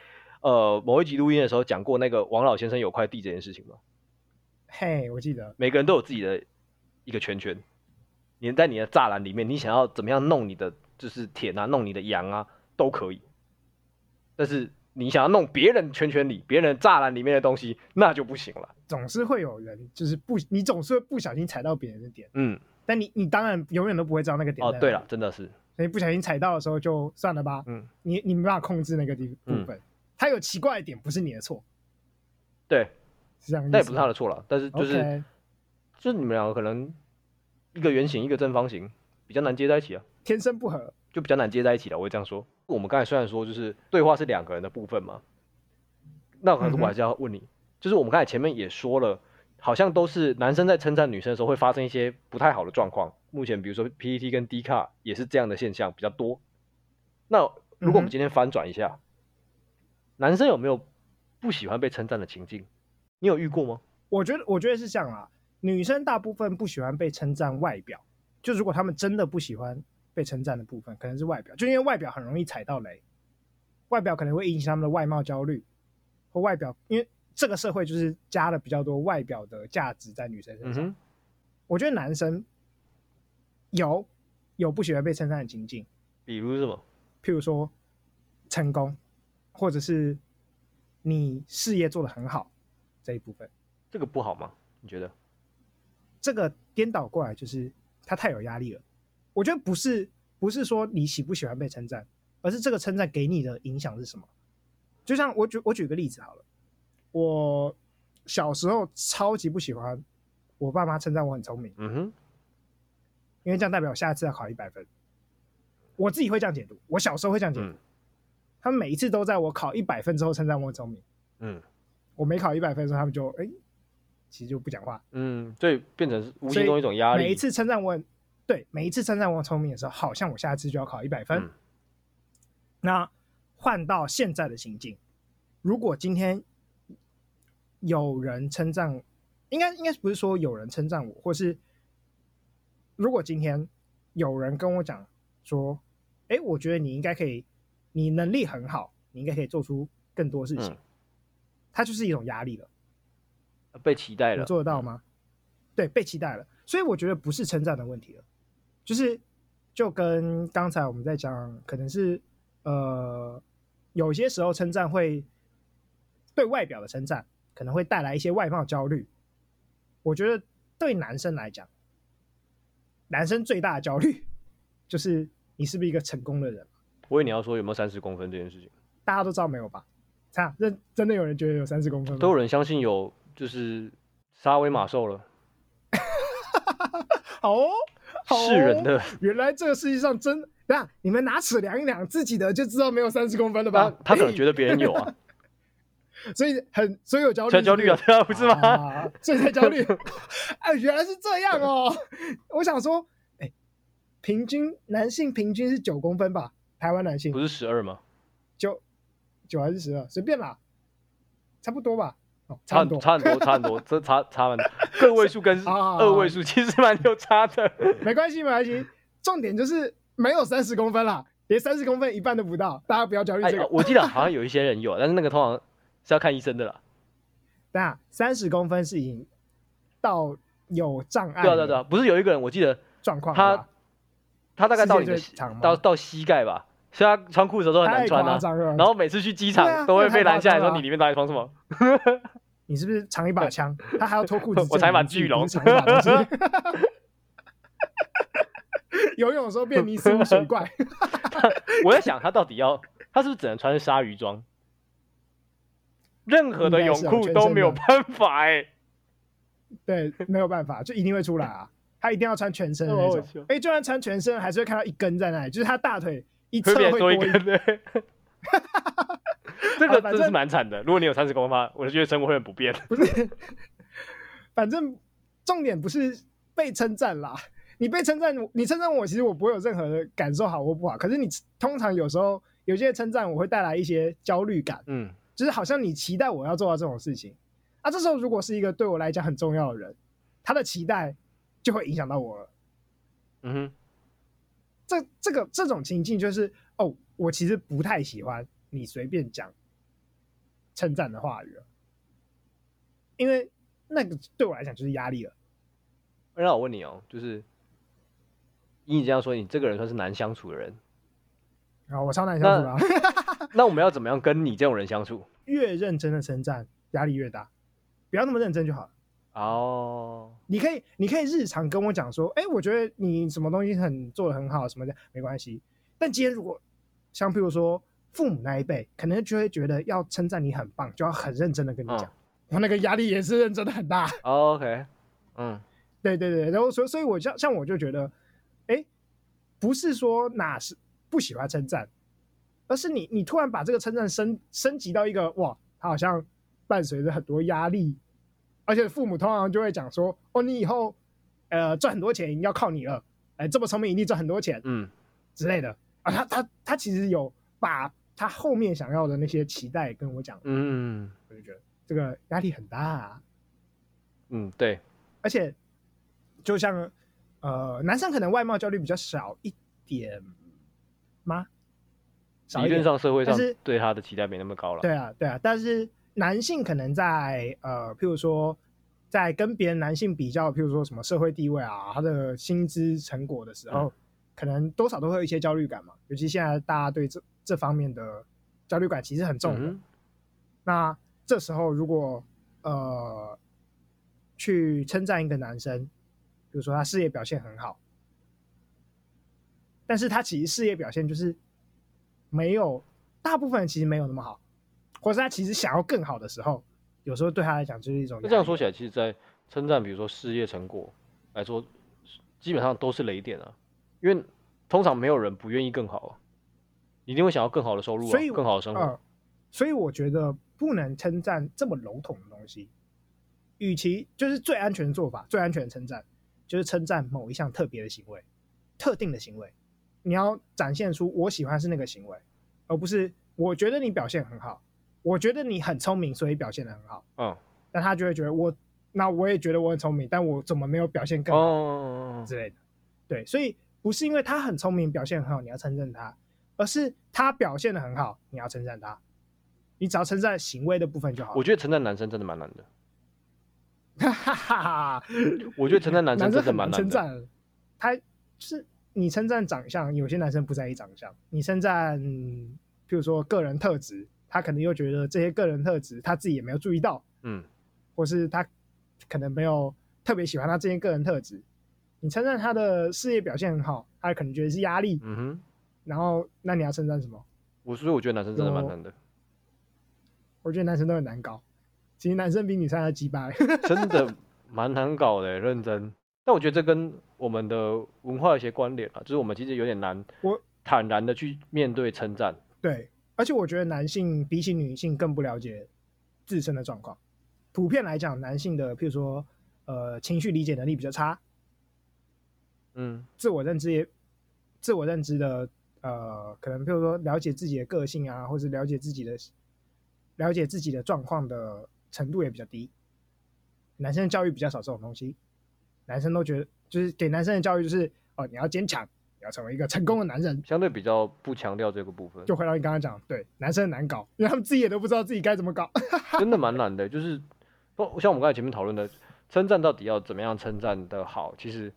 呃某一集录音的时候讲过那个王老先生有块地这件事情吗？嘿，我记得每个人都有自己的一个圈圈，粘在你的栅栏里面，你想要怎么样弄你的就是田啊，弄你的羊啊都可以。但是你想要弄别人圈圈里、别人栅栏里面的东西，那就不行了。总是会有人就是不，你总是会不小心踩到别人的点，嗯，但你你当然永远都不会知道那个点。哦，对了，，真的是，所以不小心踩到的时候就算了吧，嗯，你你没办法控制那个地部嗯分，它有奇怪的点不是你的错，对，是这样的意思吗。啊那也不是他的错了。但是就是 OK 就是你们两个可能一个圆形，一个正方形，比较难接在一起啊。天生不合，就比较难接在一起了。我会这样说。我们刚才虽然说就是对话是两个人的部分嘛，那嗯可是我还是要问你，就是我们刚才前面也说了，好像都是男生在称赞女生的时候会发生一些不太好的状况。目前比如说 PET 跟 D 卡也是这样的现象比较多。那如果我们嗯哼今天翻转一下，男生有没有不喜欢被称赞的情境？你有遇过吗？我觉得我觉得是这样啦。女生大部分不喜欢被称赞外表，就如果她们真的不喜欢被称赞的部分，可能是外表，就因为外表很容易踩到雷，外表可能会引起她们的外貌焦虑，或外表，因为这个社会就是加了比较多外表的价值在女生身嗯上。哼，我觉得男生有有不喜欢被称赞的情境，比如什么？譬如说成功，或者是你事业做得很好这一部分。这个不好吗？你觉得？这个颠倒过来就是他太有压力了。我觉得不是不是说你喜不喜欢被称赞，而是这个称赞给你的影响是什么。就像我举我举个例子好了，我小时候超级不喜欢我爸妈称赞我很聪明，嗯哼，因为这样代表我下次要考一百分。我自己会这样解读，我小时候会这样解读。嗯他们每一次都在我考一百分之后称赞我很聪明，嗯我没考一百分的时候，他们就哎、其实就不讲话。嗯，所以变成是无所形以中一种压力。每一次称赞我很，对，每一次称赞我很聪明的时候，好像我下次就要考一百分。嗯那换到现在的情境，如果今天有人称赞，应该应该不是说有人称赞我，或是如果今天有人跟我讲说，哎，我觉得你应该可以，你能力很好，你应该可以做出更多事情，嗯它就是一种压力了。被期待了，我做得到吗？对，被期待了，所以我觉得不是称赞的问题了，就是就跟刚才我们在讲，可能是呃，有些时候称赞会对外表的称赞可能会带来一些外貌焦虑。我觉得对男生来讲，男生最大的焦虑就是你是不是一个成功的人？我以为你要说有没有三十公分这件事情，大家都知道没有吧？啊，认真的有人觉得有三十公分吗？都有人相信有就是沙威玛兽了，好哦，好哦世人的原来这个世界上真……那你们拿尺量一量自己的，就知道没有三十公分了他吧？哎他可能觉得别人有啊，得，所以很所以有焦虑，才焦虑啊，对啊，不不是吗？啊、所以才 焦虑。啊，原来是这样哦。我想说，哎、平均男性平均是九公分吧？台湾男性不是十二吗？九九还是十二，随便啦，差不多吧。哦，差差很不多。差很多，差很多，这差差很多，个位数跟 啊啊啊啊二位数其实蛮有差的。没关系，没关系。重点就是没有三十公分啦，连三十公分一半都不到，大家不要焦虑哎这个。，我记得好像有一些人有，但是那个通常是要看医生的啦。那三十公分是已经到有障碍对啊，对啊，对啊，不是有一个人，我记得状况哎他了吧，他大概到你的世界最长吗到到膝盖吧，所以他穿裤子的时候很太难穿夸啊。张了。然后每次去机对啊场都会那太被拦下来夸张说了啊你里面到底穿什么？，你是不是藏一把枪？他还要脱裤子 我才把巨巨龙藏一把东西。 游泳的时候变尼斯湖水怪，我在想他到底要，他是不是只能穿鲨鱼装？任何的泳裤都没有办法哎、对，没有办法，就一定会出来啊。他一定要穿全身的那 哦好种好笑。哎，就算穿全身，还是会看到一根在那里，就是他大腿一侧特别会多多一一根根的。 这个啊反真正的是蛮惨的。如果你有三十公分，我就觉得生活会很不便。不是，反正重点不是被称赞啦。 你被称赞，你称赞我，其实我不会有任何的感受，好或不好。可是你通常有时候有些称赞，我会带来一些焦虑感，嗯，就是好像你期待我要做到这种事情啊。这时候如果是一个对我来讲很重要的人，他的期待就会影响到我了。嗯哼，这这个这种情境就是哦，我其实不太喜欢你随便讲称赞的话语了，因为那个对我来讲就是压力了。那我问你哦，就是以你这样说，你这个人算是难相处的人。然后我超难相处啊，那我们要怎么样跟你这种人相处？越认真的称赞压力越大，不要那么认真就好了。哦，你可以，你可以日常跟我讲说，哎、我觉得你什么东西很做的很好，什么的没关系。但今天如果像譬如说父母那一辈，可能就会觉得要称赞你很棒，就要很认真的跟你嗯讲，然后那个压力也是认真的很大。哦，OK，嗯，对对对，然后所以所以我像像我就觉得，哎，不是说哪是不喜欢称赞，而是你你突然把这个称赞升升级到一个哇，它好像伴随着很多压力，而且父母通常就会讲说，哦，你以后呃赚很多钱要靠你了，哎，这么聪明一定赚很多钱嗯，之类的啊，他他他其实有把他后面想要的那些期待跟我讲，嗯，嗯我就觉得这个压力很大啊、嗯，对，而且就像呃，男生可能外貌焦虑比较少一点吗？少理一论点，上社会上但是对他的期待没那么高了。对啊，对啊。但是男性可能在呃，譬如说在跟别人男性比较，譬如说什么社会地位啊，他的薪资成果的时候，可能多少都会有一些焦虑感嘛。尤其现在大家对这这方面的焦虑感其实很重的。嗯，那这时候如果呃去称赞一个男生，比如说他事业表现很好，但是他其实事业表现就是没有大部分人其实没有那么好，或是他其实想要更好的时候，有时候对他来讲就是一种那这样压力说起来，其实，在称赞比如说事业成果来说，基本上都是雷点啊，因为通常没有人不愿意更好啊，一定会想要更好的收入啊所以，更好的生活。呃，所以我觉得不能称赞这么笼统的东西，与其就是最安全的做法，最安全的称赞就是称赞某一项特别的行为、特定的行为，你要展现出我喜欢是那个行为，而不是我觉得你表现很好，我觉得你很聪明，所以表现的很好，嗯，但他就会觉得我，那我也觉得我很聪明，但我怎么没有表现更好？哦，之类的。对，所以不是因为他很聪明、表现很好你要称赞他，而是他表现的很好你要称赞他。你只要称赞行为的部分就好了。我觉得称赞男生真的蛮难 的。哈 哈哈哈，我觉得称赞男生真的很蛮难难称的。赞，他是你称赞长相，有些男生不在意长相；你称赞，嗯譬如说个人特质，他可能又觉得这些个人特质他自己也没有注意到，嗯，或是他可能没有特别喜欢他这些个人特质。你称赞他的事业表现很好，他可能觉得是压力，嗯哼，然后那你要称赞什么？我所以我觉得男生真的蛮难的，我觉得男生都很难搞，其实男生比女生还鸡巴。 真的蛮难搞的，欸认真。但我觉得这跟我们的文化有些关联啊，就是我们其实有点难，我坦然的去面对称赞。对，而且我觉得男性比起女性更不了解自身的状况。普遍来讲，男性的譬如说呃情绪理解能力比较差，嗯自我认知也自我认知的呃可能譬如说了解自己的个性啊，或是了解自己的了解自己的状况的程度也比较低。男生的教育比较少这种东西，男生都觉得就是给男生的教育就是哦你要坚强，你要成为一个成功的男人。相对比较不强调这个部分，就回到你刚刚讲，对，男生很难搞，因为他们自己也都不知道自己该怎么搞。 真的蛮难的。就是不像我们刚才前面讨论的，称赞到底要怎么样称赞的好？其实，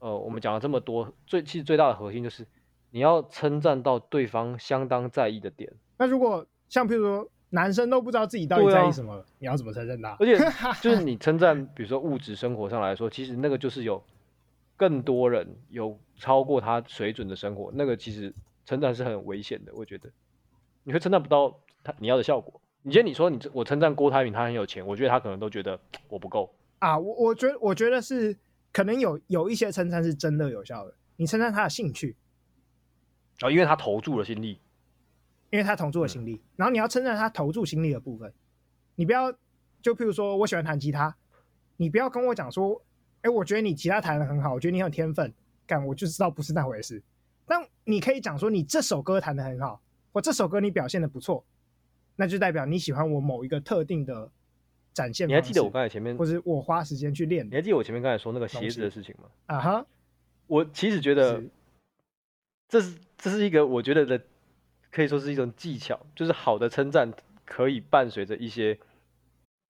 呃，我们讲了这么多，最其实最大的核心就是你要称赞到对方相当在意的点。那如果像譬如说，男生都不知道自己到底对啊在意什么了，你要怎么承认他而？ 且就是你称赞，比如说物质生活上来说，其实那个就是有更多人有超过他水准的生活，那个其实称赞是很危险的，我觉得你会称赞不到他你要的效果。你今天你说你这我称赞郭台铭他很有钱，我觉得他可能都觉得我不够，啊，我我觉得我觉得是可能有有一些称赞是真的有效的，你称赞他的兴趣，然、后哦因为他投注了心力，因为他投注了心嗯力，然后你要称赞他投注心力的部分，你不要就譬如说我喜欢弹吉他，你不要跟我讲说，哎，我觉得你吉他弹的很好，我觉得你很有天分，干我就知道不是那回事。但你可以讲说你这首歌弹的很好，或这首歌你表现的不错，那就代表你喜欢我某一个特定的展现你方式。还记得我刚才前面或，是我花时间去练你的还记得我前面刚才说那个东鞋子西的事情吗？啊哈，我其实觉得是这是这是一个我觉得的，可以说是一种技巧，就是好的称赞可以伴随着一些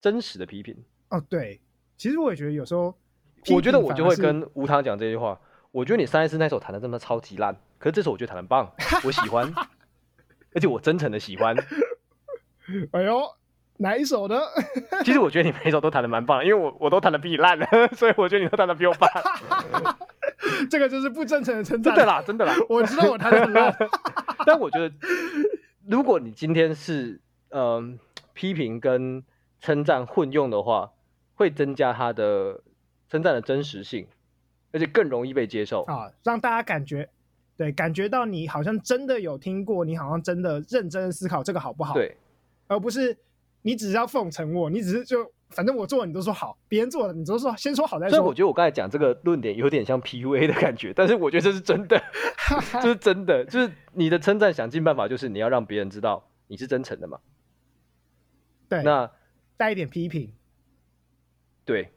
真实的批评。哦对，其实我也觉得有时候，我觉得我就会跟吴糖讲这句话，我觉得你上一次那首弹的真的超级烂，可是这首我觉得弹的棒，我喜欢，而且我真诚的喜 欢。哎呦，哪一首呢？ 其实我觉得你每一首都弹的蛮棒的，因为我我都弹的比你烂了，所以我觉得你都弹的 比我棒。这个就是不真诚的称真赞。的，啦，真的啦。我知道我弹的 很烂。但我觉得，如果你今天是嗯、批评跟称赞混用的话，会增加它的称赞的真实性，而且更容易被接受。啊，让大家感觉，对，感觉到你好像真的有听过，你好像真的认真地思考这个好不好，，对，而不是你只是要奉承我，你只是就反正我做了你都说好，别人做了你都说先说好再所以我 说，觉得我刚才讲这个论点有点像 PUA 的感觉，但是我觉得这是真 的，这是真的，就是你的称赞想尽办法，就是你要让别人知道你是真诚的嘛。对，那带一点批评，对，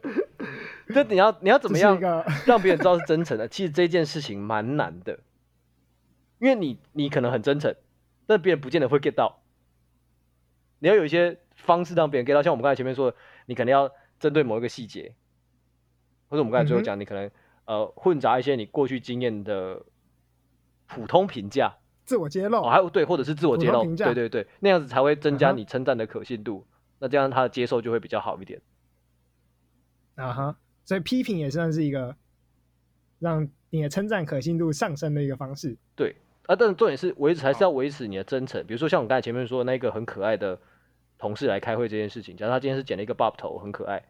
这你要你要怎么这是样一？个 让别人知道是真诚的，其实这件事情蛮难的，因为你你可能很真诚，但别人不见得会 get 到。你要有一些方式让别人 get 到，像我们刚才前面说的，你可能要针对某一个细节，或者我们刚才最嗯后讲，你可能呃混杂一些你过去经验的普通评价，自我揭露哦，，还有对，或者是自我揭普通露，评价对对对，那样子才会增加嗯哼你称赞的可信度，那这样他的接受就会比较好一点。啊哈，所以批评也算是一个让你的称赞可信度上升的一个方式，对啊，但是重点是维持还是要维持你的真诚。比如说像我刚才前面说的那个很可爱的同事来开会这件事情，假如他今天是剪了一个 bob 头，很可爱。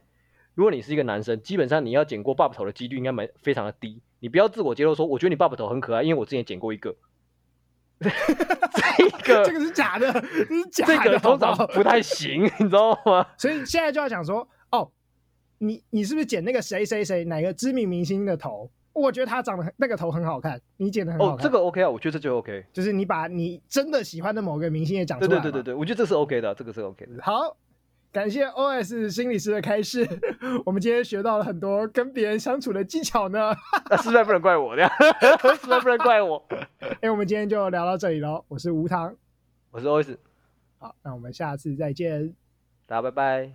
如果你是一个男生，基本上你要剪过 bob 头的几率应该蛮非常的低。你不要自我揭露说，我觉得你 bob 头很可爱，因为我之前剪过一个。 这个 这个是假的， 这是假这的，个好通不常好不太行，你知道吗？所以现在就要讲说，哦，你你是不是剪那个谁谁谁哪个知名明星的头？我觉得他长得很那个头很好看，你剪的很好哦，看。这个 OK 啊，我觉得这就 OK。就是你把你真的喜欢的某个明星也讲出对来。对对对对，我觉得这是 OK 的，这个是 OK 的。 对。好，感谢 OS 心理师的开示， 我们今天学到了很多跟别人相处的技巧呢。 那失啊败不能怪我 的，失败不能怪我。 哎、我们今天就聊到这里喽。我是吴糖，我是 OS，好，那我们下次再见。大家拜拜。